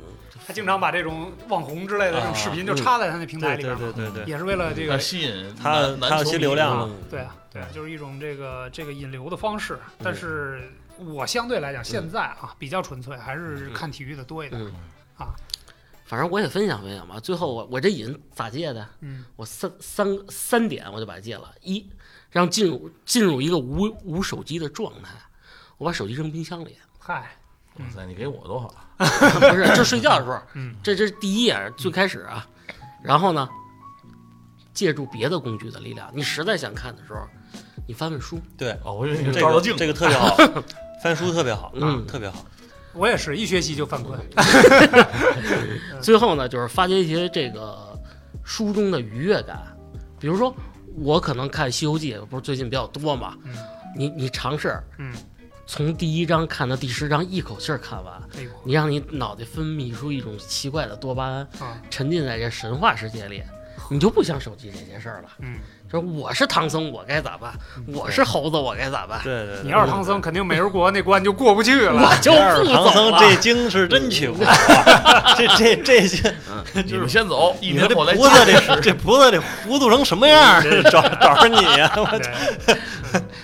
B: 他经常把这种网红之类的这种视频就插在他那平台
D: 对
B: 里
D: 对
B: 边嘛，
D: 对对对，
B: 也是为了这
A: 那
B: 个，
A: 吸引
D: 他
A: 男
D: 他有些流量
A: 男球迷
D: 嘛
A: 嘛，
B: 对啊，对啊，就是一种这个这个引流的方式。但是我相对来讲，现在啊比较纯粹，还是看体育的多一点。
C: 嗯
B: 啊，
C: 反正我也分享分享吧。最后我我这瘾咋戒的？
B: 嗯
C: 我三三三点我就把它戒了，一让进入进入一个无无手机的状态，我把手机扔冰箱里，
B: 嗨，
A: 哇塞，你给我多好！
C: 啊不是，这睡觉的时候，
B: 嗯
C: 这这是第一眼最开始啊，然后呢，借助别的工具的力量，你实在想看的时候，你翻翻书，
D: 对，
A: 哦，我以为
D: 这
A: 你
D: 个
A: 照照镜，
D: 这个特别好，翻书特别好，
C: 嗯
D: 特别好。
B: 我也是一学习就犯困。嗯
C: 最后呢，就是发掘一些这个书中的愉悦感，比如说我可能看《西游记》，不是最近比较多嘛，
B: 嗯
C: 你你尝试
B: 嗯，
C: 从第一章看到第十章，一口气儿看完，
B: 哎呦
C: 你让你脑袋分泌出一种奇怪的多巴胺，
B: 啊，
C: 沉浸在这神话世界里，你就不想手机这些事儿了。
B: 嗯，
C: 就是我是唐僧，我该咋办？我是猴子，我该咋办？
D: 对对对，
B: 你要是唐僧，肯定美人国那关就过不去 了。
C: 我就
D: 要是
C: 不
D: 唐
C: 走
D: 僧
C: 了。
D: 这经是真去不了，这这这些，
A: 你们先走，一
D: 你们
A: 年
D: 这
A: 我来
D: 菩萨这这菩萨这糊涂成什么样儿？找找着你呀！我
B: 对，嗯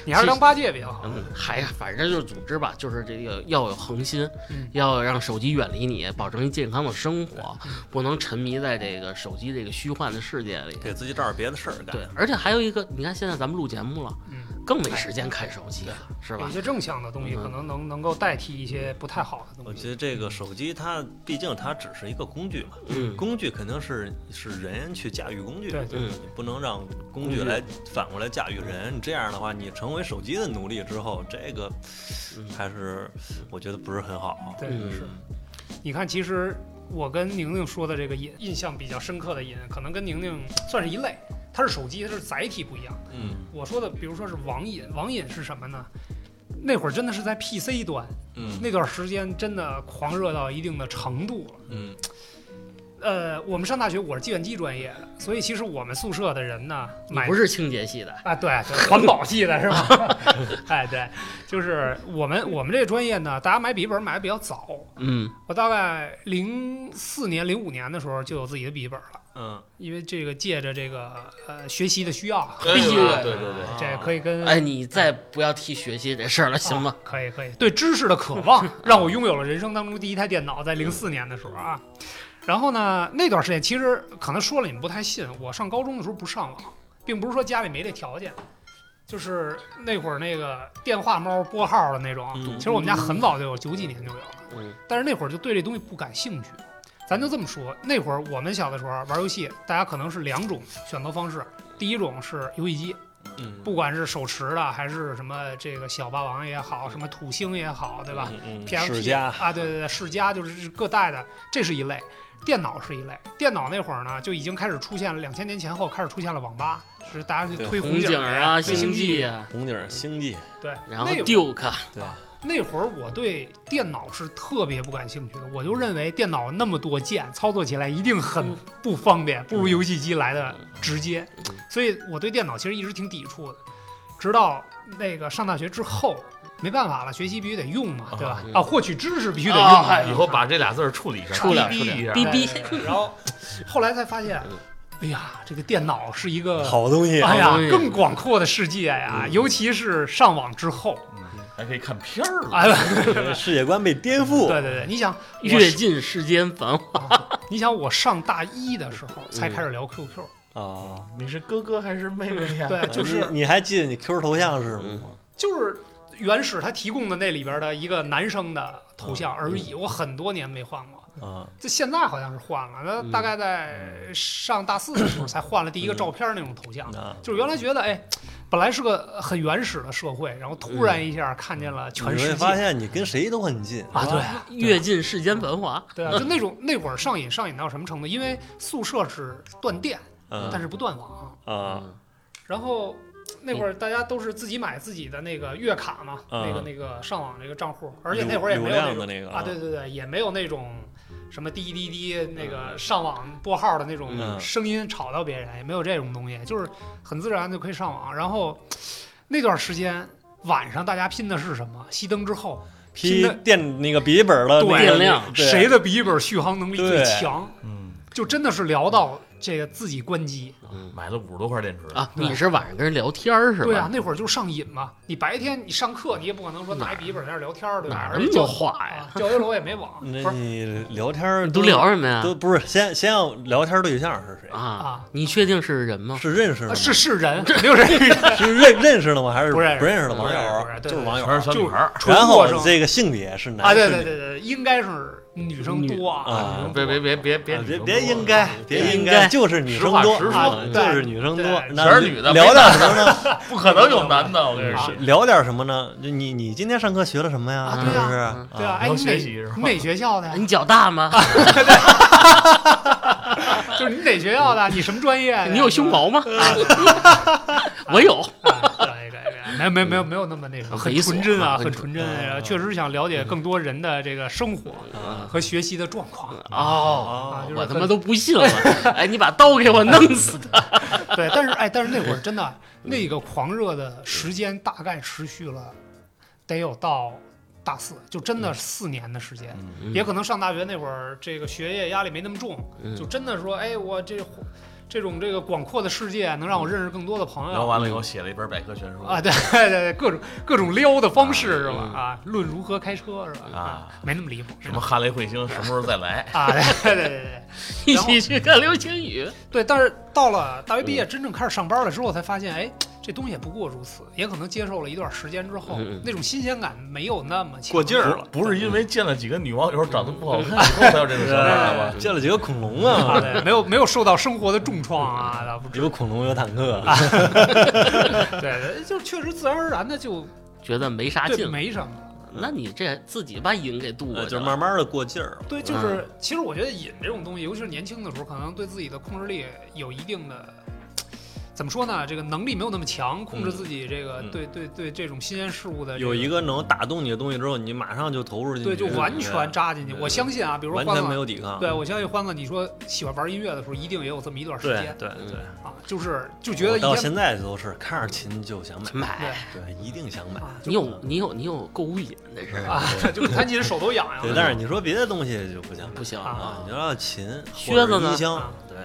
B: 你还是当八戒比较好。
C: 嗯，还反正就是总之吧，就是这个要有恒心，
B: 嗯
C: 要让手机远离你，保证一健康的生活，不能沉迷在这个手机这个虚幻的世界里。
D: 给自己找点别的事儿干。
C: 对，而且还有一个，你看现在咱们录节目了，
B: 嗯，
C: 更没时间看手机了，是
B: 有
C: 吧
B: 一？些正向的东西，
C: 嗯
B: 可能能能够代替一些不太好的
D: 我
B: 东
D: 觉
B: 西。
D: 得这个手机它毕竟它只是一个工具嘛，
C: 嗯
D: 工具肯定是是人去驾驭工具，
B: 对
C: 嗯，
D: 你不能让工具来反过来驾驭人。你这样的话，你成为手机的奴隶之后，这个
C: 嗯
D: 还是我觉得不是很好。
B: 对，
C: 嗯
B: 是。你看，其实我跟宁宁说的这个瘾，印象比较深刻的瘾，可能跟宁宁算是一类，它是手机，它是载体不一样。
D: 嗯
B: 我说的，比如说是网瘾，网瘾是什么呢？那会儿真的是在 PC 端，
D: 嗯
B: 那段时间真的狂热到一定的程度了。
D: 嗯
B: 呃，我们上大学，我是计算机专业的，所以其实我们宿舍的人呢，
C: 你
B: 买
C: 不是清洁系的，
B: 啊，对，对环保系的是吧？ 哎，对，就是我们我们这个专业呢，大家买笔记本买的比较早，
C: 嗯
B: 我大概零四年、零五年的时候就有自己的笔记本了，
D: 嗯，
B: 因为这个借着这个呃学习的需要，
A: 哎
C: 必
A: 呦
C: 须
A: 对
C: 的
A: 对对对，
B: 这可以跟
C: 哎，你再不要提学习这事儿了，行吗
B: 嗯啊？可以可以，对知识的渴望让我拥有了人生当中第一台电脑，在零四年的时候啊。然后呢，那段时间其实可能说了你们不太信，我上高中的时候不上网，并不是说家里没这条件，就是那会儿那个电话猫拨号的那种，啊
D: 嗯
B: 其实我们家很早就有，九几年就有了，
C: 嗯
B: 但是那会儿就对这东西不感兴趣。咱就这么说，那会儿我们小的时候玩游戏，大家可能是两种选择方式，第一种是游戏机，
D: 嗯
B: 不管是手持的还是什么这个小霸王也好，什么土星也好，对吧？
D: 嗯嗯
B: p s
D: 世家，
B: 啊，对对对，世嘉就是各代的，这是一类。电脑是一类，电脑那会儿呢就已经开始出现了，两千年前后开始出现了网吧，是大家去
D: 对
B: 推
C: 红
B: 警
C: 警儿啊，
B: 推
C: 星
B: 星
C: 际
B: 际。
C: 啊，
D: 红警、星际，
B: 对，
C: 然后
B: 那会儿
C: Duke，
B: 那会儿我对电脑是特别不感兴趣的，我就认为电脑那么多键，操作起来一定很不方便，不如游戏机来的直接，所以我对电脑其实一直挺抵触的。直到那个上大学之后，没办法了，学习必须得用嘛，对吧？
C: 嗯
B: 啊，获取知识必须得用
C: 啊
B: 嘛。
A: 哎以后把这俩字儿处理一下，
C: 处理
A: 逼逼一下
C: 处理
B: 对对对然后后来才发现
C: 嗯，
B: 哎呀，这个电脑是一个
D: 好东西，
B: 哎
C: 好
B: 呀
C: 东西
B: 更广阔的世界呀，尤其是上网之后，
A: 嗯还可以看片儿了。
B: 哎，
D: 世界观被颠覆。
B: 对对对，你想我
C: 阅尽世间繁华。
B: 你想我上大一的时候才开始聊 QQ，、
D: 啊，
A: 你是哥哥还是妹妹
D: 嗯
A: 呀？
B: 对，就是
D: 你你还记得你 Q 头像是什么吗？
B: 就是原始它提供的那里边的一个男生的头
D: 嗯
B: 像而已，我很多年没换过。
D: 啊，
B: 这现在好像是换了，
D: 嗯
B: 那大概在上大四的时候才换了第一个照片那种头像，
D: 那
B: 就是原来觉得哎，本来是个很原始的社会，然后突然一下看见了全
D: 嗯你
B: 世
D: 会发
B: 界。
D: 现你跟谁都很近
B: 啊，对，
C: 阅尽世间繁华。
B: 对啊，就那种那会儿上瘾上瘾到什么程度？因为宿舍是断电，但
D: 嗯
B: 是不断网，
D: 啊，
B: 然后那会儿大家都是自己买自己的那个月卡嘛，
D: 嗯
B: 那个那个上网那个账户，而且那会儿也没有
D: 流
B: 那
D: 量的
B: 种
D: 那个
B: 啊，对，对对，也没有那种什么滴滴滴那个上网拨号的那种
D: 嗯
B: 声音吵到别人，也没有这种东西，就是很自然就可以上网。然后那段时间晚上大家拼的是什么？熄灯之后，拼
D: 批
B: 的
D: 电那个笔记本的那个
B: 对
C: 电量
D: 对
B: 谁的笔记本续航能力最
D: 对
B: 强？
A: 嗯，
B: 就真的是聊到这个自己关机。
C: 嗯
A: 买了五十多块电池
C: 啊，你是晚上跟人聊天儿是吧？
B: 对啊，那会儿就上瘾嘛。你白天你上课，你也不可能说拿一笔记本在那儿聊天儿，对吧？
C: 哪儿
B: 而
C: 那
B: 且
C: 么多
B: 教
C: 话呀？
B: 啊，教学楼也没网，不
D: 那
B: 是
D: 你聊天儿
C: 都聊什么呀？
D: 都不是先先要聊天对象是谁？
C: 啊
B: 啊，
C: 你确定是人吗？
D: 是认识的
B: 啊
D: 吗？
B: 是是人，肯定是人
D: 是认认识的吗？还是
B: 不认识
D: 不认识的
B: 不
D: 网友
B: 认识
D: 儿
B: 不认？识对
D: 就是
B: 对
D: 网友
A: 全
D: 儿
A: 是。小女孩儿，
B: 纯
D: 然
B: 陌
D: 后
B: 生
D: 这个性别是男
B: 啊。对
D: 是
B: 对
D: 女
B: 对对，应该是女生多
D: 啊
B: 女生
A: 别别别别别
D: 啊
A: 女
D: 别
A: 生
D: 别
A: 多
D: 应该别应该，就是女
A: 实
D: 生
A: 话
D: 多，
A: 实说
D: 啊就
B: 对
D: 是女生多
B: 对，
D: 那
A: 全是女的
D: 聊
A: 没
D: 点
A: 男
D: 什么呢？
A: 不可能有男的，我跟你
B: 啊
A: 说
B: 是。
D: 聊点什么呢？就你你今天上课学了什么呀？
C: 啊
D: 是
B: 对
D: 不
B: 啊
D: 是？
C: 嗯
B: 对啊，
D: 啊
B: 哎，
A: 聊
B: 你
A: 学
B: 哪
A: 习是吧
B: 你哪学校的呀？
C: 啊你脚大吗？
B: 就是你哪学校的？你什么专哎业的呀？啊
C: 你有 胸毛吗？啊
B: 对吧？
C: 我有。
B: 啊，对对对，没有没有没有没有那么那什么，很
C: 猥琐
B: 纯真啊，
C: 啊
B: 很纯真
D: 嗯
B: 啊，
D: 嗯
B: 确实想了解更多人的这个生活和学习的状况
C: 哦，
B: 啊
D: 哦，
B: 就是
C: 我他
B: 很
C: 妈都不信了！哎，你把刀给我弄死他！
B: 对，但是哎，但是那会儿 真的
A: 嗯
B: 那个狂热的时间大概持续了，得有到大四，就真的四年的时间。
A: 嗯
C: 嗯
B: 也可能上大学那会儿，这个学业压力没那么重，
C: 嗯
B: 就真的说，哎，我这这种这个广阔的世界能让我认识更多的朋
A: 聊
B: 友。
A: 完了以后写了一本百科全书
B: 啊，对对对，各种各种撩的方式是吧？
C: 嗯
B: 啊，论如何开车是吧？
A: 啊，
B: 没那么离谱，
A: 什么哈雷彗星什么时候再来？
B: 啊？对对对对
C: 一起去看流星雨。
B: 对，但是到了大学
D: 嗯
B: 毕业，真正开始上班了之后，才发现，哎，这东西也不过如此。也可能接受了一段时间之后
C: 嗯嗯，
B: 那种新鲜感没有那么强
D: 过劲儿了
A: 不是因为见了几个女网友长得不 好看以后才有这种想法吧？
D: 见了几个恐龙
B: 啊，
D: 啊，
B: 对，没有没有受到生活的重创啊，那不
D: 有恐龙有坦克，
B: 啊对对，就确实自然而然的就
C: 觉得没啥
B: 对
C: 劲，
B: 没什么了。
C: 那你这自己把瘾给渡过
D: 呃
C: 去
D: 就
C: 了，
D: 慢慢的过劲儿了。
B: 对，
D: 嗯
B: 就是其实我觉得瘾这种东西，尤其是年轻的时候，可能对自己的控制力有一定的。怎么说呢？这个能力没有那么强，控制自己这个
D: 嗯嗯
B: 对对对这种新鲜事物的这
D: 有一
B: 个
D: 个能打动你的东西之后，你马上就投入进去，
B: 对，就完全扎进去。
D: 对
B: 我相信啊，比如说
D: 嗯
B: 欢
D: 完全没
B: 乐，
D: 有抵抗。
B: 对我相信欢乐，你说喜欢玩音乐的时候，一定也有这么一段时
D: 对
B: 间
D: 对对，
B: 啊，就是就觉得
D: 我
B: 一
D: 到现
B: 天
D: 在都是看着琴就想买，
C: 买。
D: 对，一定想买。
B: 啊，就
C: 你有你有你有购物瘾，这是
B: 啊， 就弹琴手都痒痒
D: 对，
B: 了。
D: 但是你说别的东西就不想买
C: 不行
D: 啊，
C: 啊
D: 你说要琴、
C: 靴子呢
D: 或者音箱
B: 啊，
D: 对，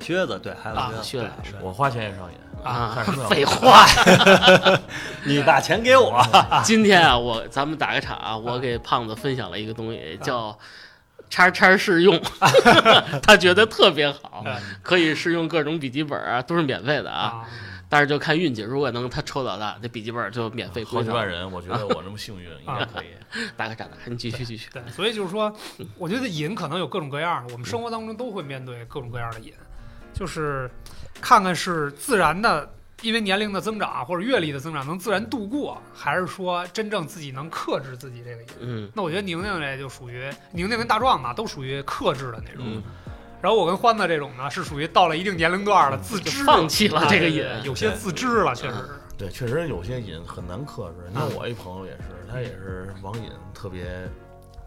D: 靴子对，还有
B: 啊
C: 靴
D: 靴子
C: 子
D: 对是
A: 我花钱也上瘾
C: 啊
A: 看什 么呀！
C: 废话，
D: 你把钱给我，
C: 今天啊，我咱们打个岔啊，我给胖子分享了一个东西，叫叉叉试用， 他觉得特别好，可以试用各种笔记本啊，都是免费的啊。
B: 啊，
C: 但是就看运气，如果能他抽到的，那笔记本就免费
A: 好
C: 分
A: 几
C: 享
A: 万。人，我觉得我这么幸运应该可以。
C: 打个岔，打个岔你继续继续。
B: 对，所以就是说，我觉得瘾可能有各种各样的，我们生活当中都会面对各种各样的瘾，就是看看是自然的，因为年龄的增长啊或者阅历的增长能自然度过，还是说真正自己能克制自己这个瘾。
C: 嗯
B: 那我觉得宁宁这就属于宁宁跟大壮嘛，都属于克制的那种。
C: 嗯，
B: 然后我跟欢子这种呢，是属于到了一定年龄段了，自
C: 就
B: 知
C: 放弃了
B: 啊
C: 这个
B: 对
C: 瘾
B: 对有些自知了，确实是。
A: 对，确实有些瘾很难克制。你看我一朋友也是，他也是网瘾特别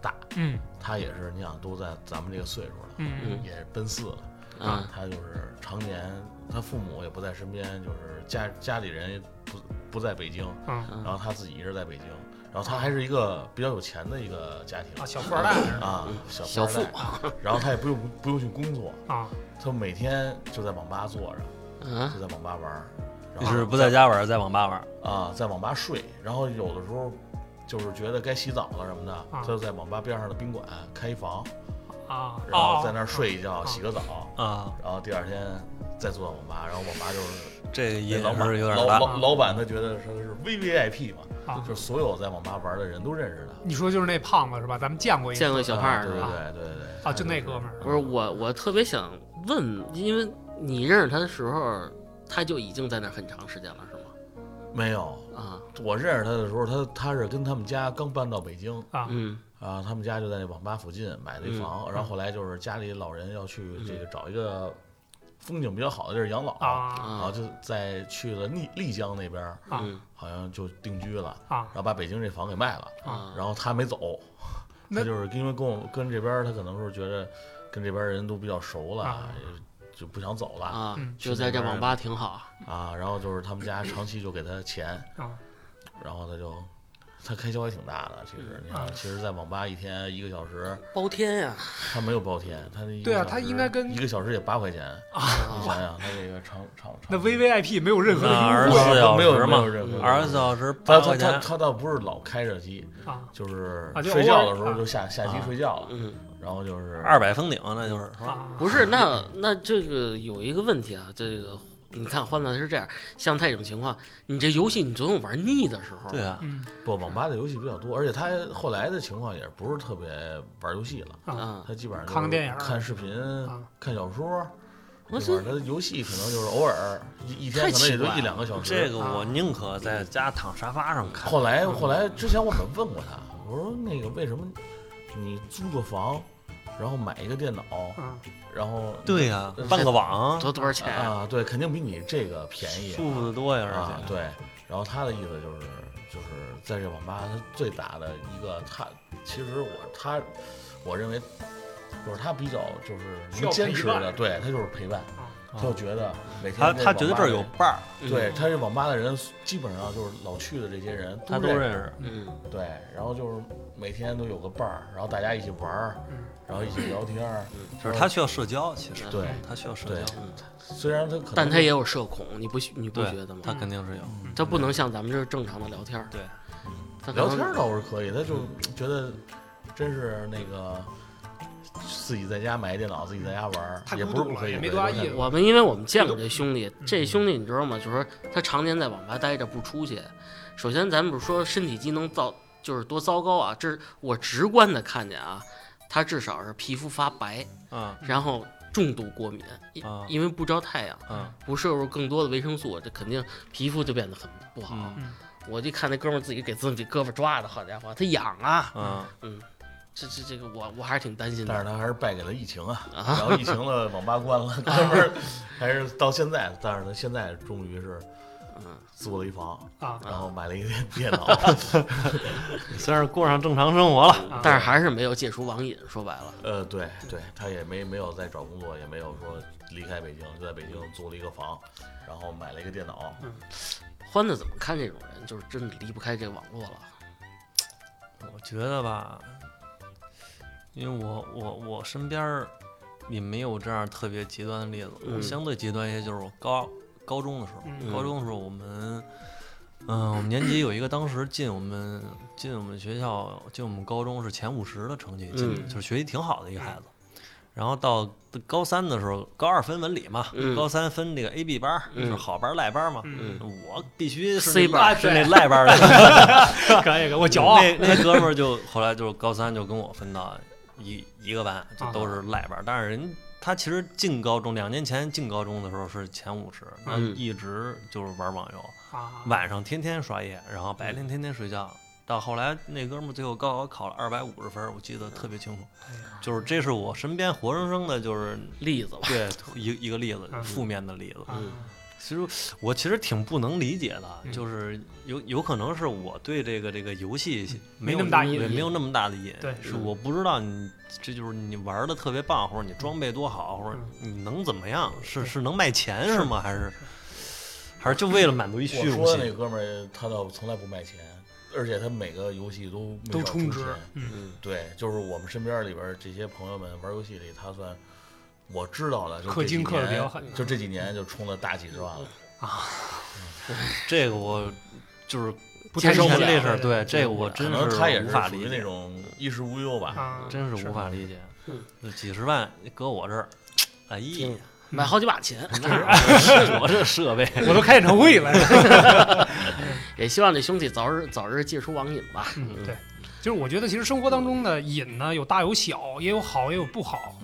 A: 大，
B: 嗯
A: 他也是你想都在咱们这个岁数了，
B: 嗯
C: 嗯
A: 也奔四了，
C: 啊
A: 他就是常年他父母也不在身边，就是家家里人也不不在北京，
B: 嗯
C: 嗯
A: 然后他自己一人在北京，然后他还是一个比较有钱的一个家庭
B: 啊，小富二代是吧
A: 啊，小
C: 嗯小
A: 富
C: 富
A: 二代，然后他也不用不用去工作，
B: 啊
A: 他每天就在网吧坐着，
C: 啊
A: 就在网吧玩儿，然
D: 你
A: 后
D: 是不在家玩儿，在网吧玩儿，
A: 啊，在网吧睡，然后有的时候就是觉得该洗澡了什么的，他就在网吧边上的宾馆开一房，
B: 啊，
A: 然后在
B: 哦
A: 那儿睡一觉，洗个澡，
D: 啊，
A: 然后第二天再坐到网吧，然后网吧就是
D: 这
A: 那
D: 也
A: 老
D: 是
A: 板
D: 有
A: 老
D: 点大。
A: 老老板他觉得说是 VVIP 嘛，
B: 啊
A: 就是所有在网吧玩的人都认识他，
B: 你说就是那胖子是吧？咱们见过一
C: 见
B: 次
C: 过小胖
A: 啊
C: 儿
A: 对
C: 是
A: 对
C: 吧？
A: 对对对对，
B: 啊，就那哥们儿
C: 不是我，我特别想问，因为你认识他的时候，他就已经在那儿很长时间了，是吗？
A: 没有。
C: 啊，
A: 我认识他的时候，他他是跟他们家刚搬到北京
B: 啊
C: 嗯
A: 啊，他们家就在那网吧附近买了一房，然后后来就是家里老人要去这个找一个风景比较好的地儿养老，
B: 啊
A: 然后
C: 嗯啊
A: 就在去了丽丽江那边儿，
B: 啊
C: 嗯
A: 好像就定居了，
B: 啊
A: 然后把北京这房给卖了，
C: 啊，
A: 然后他没走，
B: 那
A: 他就是因为跟我跟这边儿他可能是觉得跟这边儿人都比较熟了，
B: 啊
A: 也就不想走了
C: 啊
B: 嗯，
C: 就在这网吧挺好。
A: 啊，然后就是他们家长期就给他钱，
B: 啊！
A: 然后他就他开销也挺大的。其实你看
B: 嗯，
A: 其实，在网吧一天一个小时，
C: 包天呀、
A: 他没有包天，他那一个
B: 对啊
A: 小
B: 他
A: 时
B: 应该跟啊
A: 一个小时也八块钱。
C: 啊
A: 你想想，他这个长长长
B: 那 VVIP 没有任何的
D: 那二
B: 优
D: 十
B: 惠
D: 四
A: 没有
D: 小时
A: 没有
D: 嘛，
A: 任何
D: 二十四小时
A: 他
D: 八
A: 他
D: 块
A: 他
D: 钱，
A: 他倒不是老开着机，
B: 啊
A: 就是
B: 啊就
A: 睡觉
B: 偶尔
A: 的时候就下下机
D: 啊
A: 睡觉了，
C: 嗯，
A: 然后就是
D: 二百封顶那就是是吧？
B: 啊！
C: 不是，那那这个有一个问题啊，这个你看换算是这样，像他这种情况，你这游戏你总有玩腻的时候。
D: 对，啊，
B: 嗯
A: 不网吧的游戏比较多，而且他后来的情况也不是特别玩游戏了，
B: 啊
C: 啊，
A: 他基本上
B: 看个电影儿
A: 看视频、
B: 啊
A: 看小说。
C: 我
A: 这会
C: 这
A: 儿他游戏可能就是偶尔一一天
C: 太
A: 可能也
C: 奇
A: 就
C: 怪
A: 一
C: 了
A: 两个小时。
D: 这个我宁可在家躺沙发上看。
A: 后来后来之前我们问过他，我说那个为什么你租个房，然后买一个电脑，
B: 啊
A: 然后呃
D: 对呀、
A: 嗯
D: 办个网
C: 多多少钱啊？
A: 啊对，肯定比你这个便宜
D: 舒服的多呀，
A: 啊
D: 而且
A: 对。然后他的意思就是就是在这网吧他最大的一个他其实我他我认为就是他比较就是
B: 需要
A: 能坚
B: 陪
A: 持
B: 伴啊
A: 的，对他就是陪伴，他就觉得每天
D: 他
A: 在
D: 他觉得
A: 网
D: 这
A: 吧
D: 儿有嗯
A: 里
D: 伴儿，
A: 对，他这网吧的人基本上就是老去的这些人，
D: 他
A: 都
D: 都
A: 这
D: 认识。
C: 嗯，
A: 对，然后就是每天都有个伴儿，然后大家一起玩儿，
B: 嗯
A: 然后一起聊天儿。
D: 就是他需要社交，其实
A: 对
B: 嗯
D: 他需要社
A: 对
D: 交，
A: 虽然他可能，
C: 嗯但他也有社恐，你不你不
D: 对
C: 觉得吗？
D: 他肯定是有。
C: 他不能像咱们这儿正常的聊天儿，
D: 对，
C: 他可
A: 嗯聊
C: 能
A: 天儿倒是可以，他就觉得真是那个自己在家买一电脑，自己在家玩儿，
B: 太
A: 也
B: 孤
A: 不是
B: 独
A: 不
B: 了
A: 可以
B: 也
A: 的，
B: 没多大
A: 有
B: 意
A: 点
B: 思
C: 我们因为我们见过这兄弟，这兄弟你知道吗？就是说他常年在网吧待着不出去。首先，咱们不是说身体机能糟，就是多糟糕啊，这是我直观的看见啊，他至少是皮肤发白，
D: 嗯
C: 然后重度过敏，因
D: 啊
C: 因为不照太阳，
D: 嗯，
C: 不摄入更多的维生素，这肯定皮肤就变得很不好。
D: 嗯
C: 我就看那哥们儿自己给自己胳膊抓的，好家伙，他痒啊！
D: 嗯，
C: 这这这个我我还是挺担心
A: 但是
C: 的。
A: 他还是败给了疫情啊，然后疫情了，网吧关了，
C: 啊
A: 哥们儿还是到现在，但是他现在终于是
C: 嗯，
A: 租了一房，
B: 啊！
A: 然后买了一 个电脑，
D: 虽然过上正常生活了，
B: 啊
C: 但是还是没有戒除网瘾，说白了。
A: 呃，对对，他也没没有在找工作，也没有说离开北京，就在北京租了一个房，然后买了一个电脑。
C: 欢子怎么看这种人？就是真的离不开这网络了。
D: 我觉得吧，因为我我我身边儿也没有这样特别极端的例子。
C: 嗯
D: 我相对极端一些，就是我高高中的时候，
B: 嗯
D: 高中的时候我们，嗯、我们年级有一个当时进我们进我们学校进我们高中是前五十的成绩进的，
B: 嗯
D: 就是学习挺好的一个孩子。然后到高三的时候，高二分文理嘛，
C: 嗯
D: 高三分这个 A、B 班儿，
C: 嗯
D: 就是好班儿、赖班儿嘛。
B: 嗯
D: 我必须是
C: C
D: 那
C: 班
B: 儿
D: 是那赖班儿的。
B: 可以，可以我骄傲。
D: 那那哥们儿就后来就是高三就跟我分到一一个班，就都是赖班儿。但是人他其实进高中两年前进高中的时候是前五十，那
C: 嗯
D: 一直就是玩网游，
B: 啊，
D: 晚上天天刷夜，然后白天天天睡觉。到后来那哥们儿最后高考考了二百五十分儿，我记得特别清楚。
B: 哎
D: 就是这是我身边活生生的，就是
C: 例子吧。
D: 对一一个例子，
B: 嗯
D: 负面的例子。
B: 啊
D: 其实我其实挺不能理解的，
B: 嗯
D: 就是有有可能是我对这个这个游戏
B: 嗯没
D: 有
B: 那么大瘾
D: 对没有那么大的瘾，
B: 对
D: 是
C: 嗯
D: 我不知道你这就是你玩的特别棒，或者你装备多好，或者
B: 嗯
D: 你能怎么样？是是能卖钱是吗？还是还是就为了满足一虚
A: 我
D: 荣
A: 说那
D: 心？
A: 哥们儿，他倒从来不卖钱，而且他每个游戏都没
B: 都
A: 少
B: 充值
A: 钱。，
B: 嗯
C: 嗯，
A: 对，就是我们身边里边儿这些朋友们玩游戏里，他算我知道的，就
B: 氪
A: 这几
B: 金氪的比较
A: 年，
B: 狠
A: 就这几年就充了大几十万了。
D: 这个我就是
B: 不
D: 接
B: 太
D: 受
B: 理
D: 不了
B: 解
D: 这事儿，
B: 对
D: 对这个我
A: 可
D: 真
A: 能他也
D: 无
A: 是
D: 法
A: 属
D: 理
A: 于那
D: 解，
A: 种衣食无忧吧。
B: 啊，
D: 真是无法理解
C: 嗯。
D: 这几十万搁我这儿，哎
C: 听
D: 呀嗯
C: 着，买好几把钱。
D: 那是 我这设备。
B: 我都开演唱会了。
C: 也希望这兄弟早日早日戒除网瘾吧。
B: 嗯，对，就是我觉得其实生活当中的瘾呢，有大有小，也有好也有不好。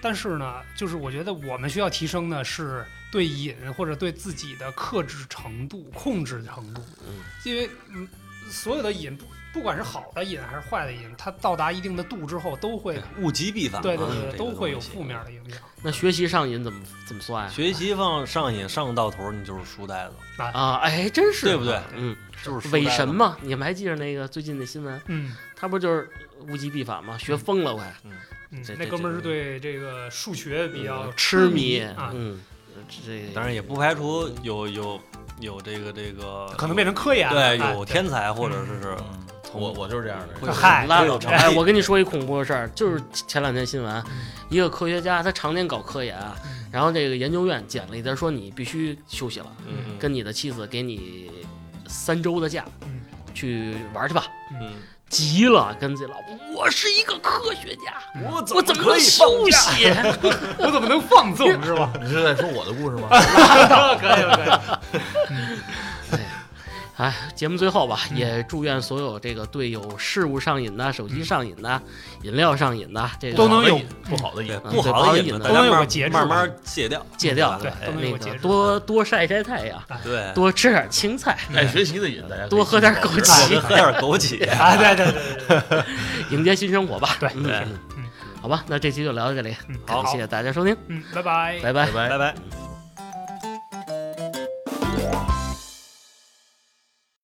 B: 但是呢，就是我觉得我们需要提升的是对瘾或者对自己的克制程度、控制程度，
C: 嗯
B: 因为嗯，所有的瘾不不管是好的瘾还是坏的瘾，它到达一定的度之后都会，
D: 物极必反嘛，
B: 对对对，
D: 啊这个
B: 都会有
D: 东西
B: 负面的影响
C: 那学习上瘾怎么怎么算呀？
D: 学习放上瘾上到头，你就是书呆子，
C: 啊，哎，真是
D: 对不对？
C: 嗯，
D: 就是书呆
C: 伪
D: 子
C: 神。嘛，你们还记着那个最近的新闻？
B: 嗯，
C: 他不就是物极必反吗？学疯了快，
B: 嗯
C: 这，
B: 那
C: 这
B: 哥们儿是
C: 这
B: 对这个数学比较
C: 痴迷。
B: 啊，
C: 嗯，这
D: 当然也不排除有有有这个这个，
B: 可能变成科研了。
D: 对
B: 哎
D: 有天才或者是
A: 嗯，
C: 从
A: 我我就是这样的人。
D: 会
B: 嗨
D: 拉倒长
C: 哎，
D: 辈
C: 我跟你说一恐怖的事儿，就是
B: 嗯
C: 前两天新闻，一个科学家他常年搞科研啊，
B: 嗯
C: 然后这个研究院减了一单，说你必须休息了，
D: 嗯
C: 跟你的妻子给你三周的假
B: 嗯，
C: 去玩儿去吧。
D: 嗯，
C: 急了，跟自己老婆，我是一个科学家，
B: 嗯
A: 我
C: 我怎么能休息？
B: 我怎么能放纵 是吧？
A: 你是在说我的故事吗？
B: 可以了，可以了。
C: 哎，节目最后吧，也祝愿所有这个对有事物上瘾的、手机上瘾的、饮料上瘾的，这个
B: 都能有
A: 不好的瘾
D: 对，，
C: 嗯
D: 不好的瘾呢，
C: 对
D: 大家
B: 都有
D: 慢
B: 个节制
D: 慢慢戒掉，
C: 戒掉。
B: 对都能有
C: 那
B: 节
C: 个
B: 制
C: 多多晒晒太阳，
D: 对，
C: 多吃点青菜，
A: 爱哎学习的瘾，大家可以
C: 多喝点枸杞
A: 保持
D: 喝点枸杞，
B: 啊，对对对对对，
C: 迎接新生活吧。
B: 对
C: 嗯
D: 对
C: 嗯
B: 嗯
C: 好吧，那这期就聊到这里，
B: 嗯，
C: 感
B: 好，
C: 谢大家收听，
B: 嗯，拜拜。
C: 拜拜
A: 拜。拜
D: 拜拜。
C: 嗯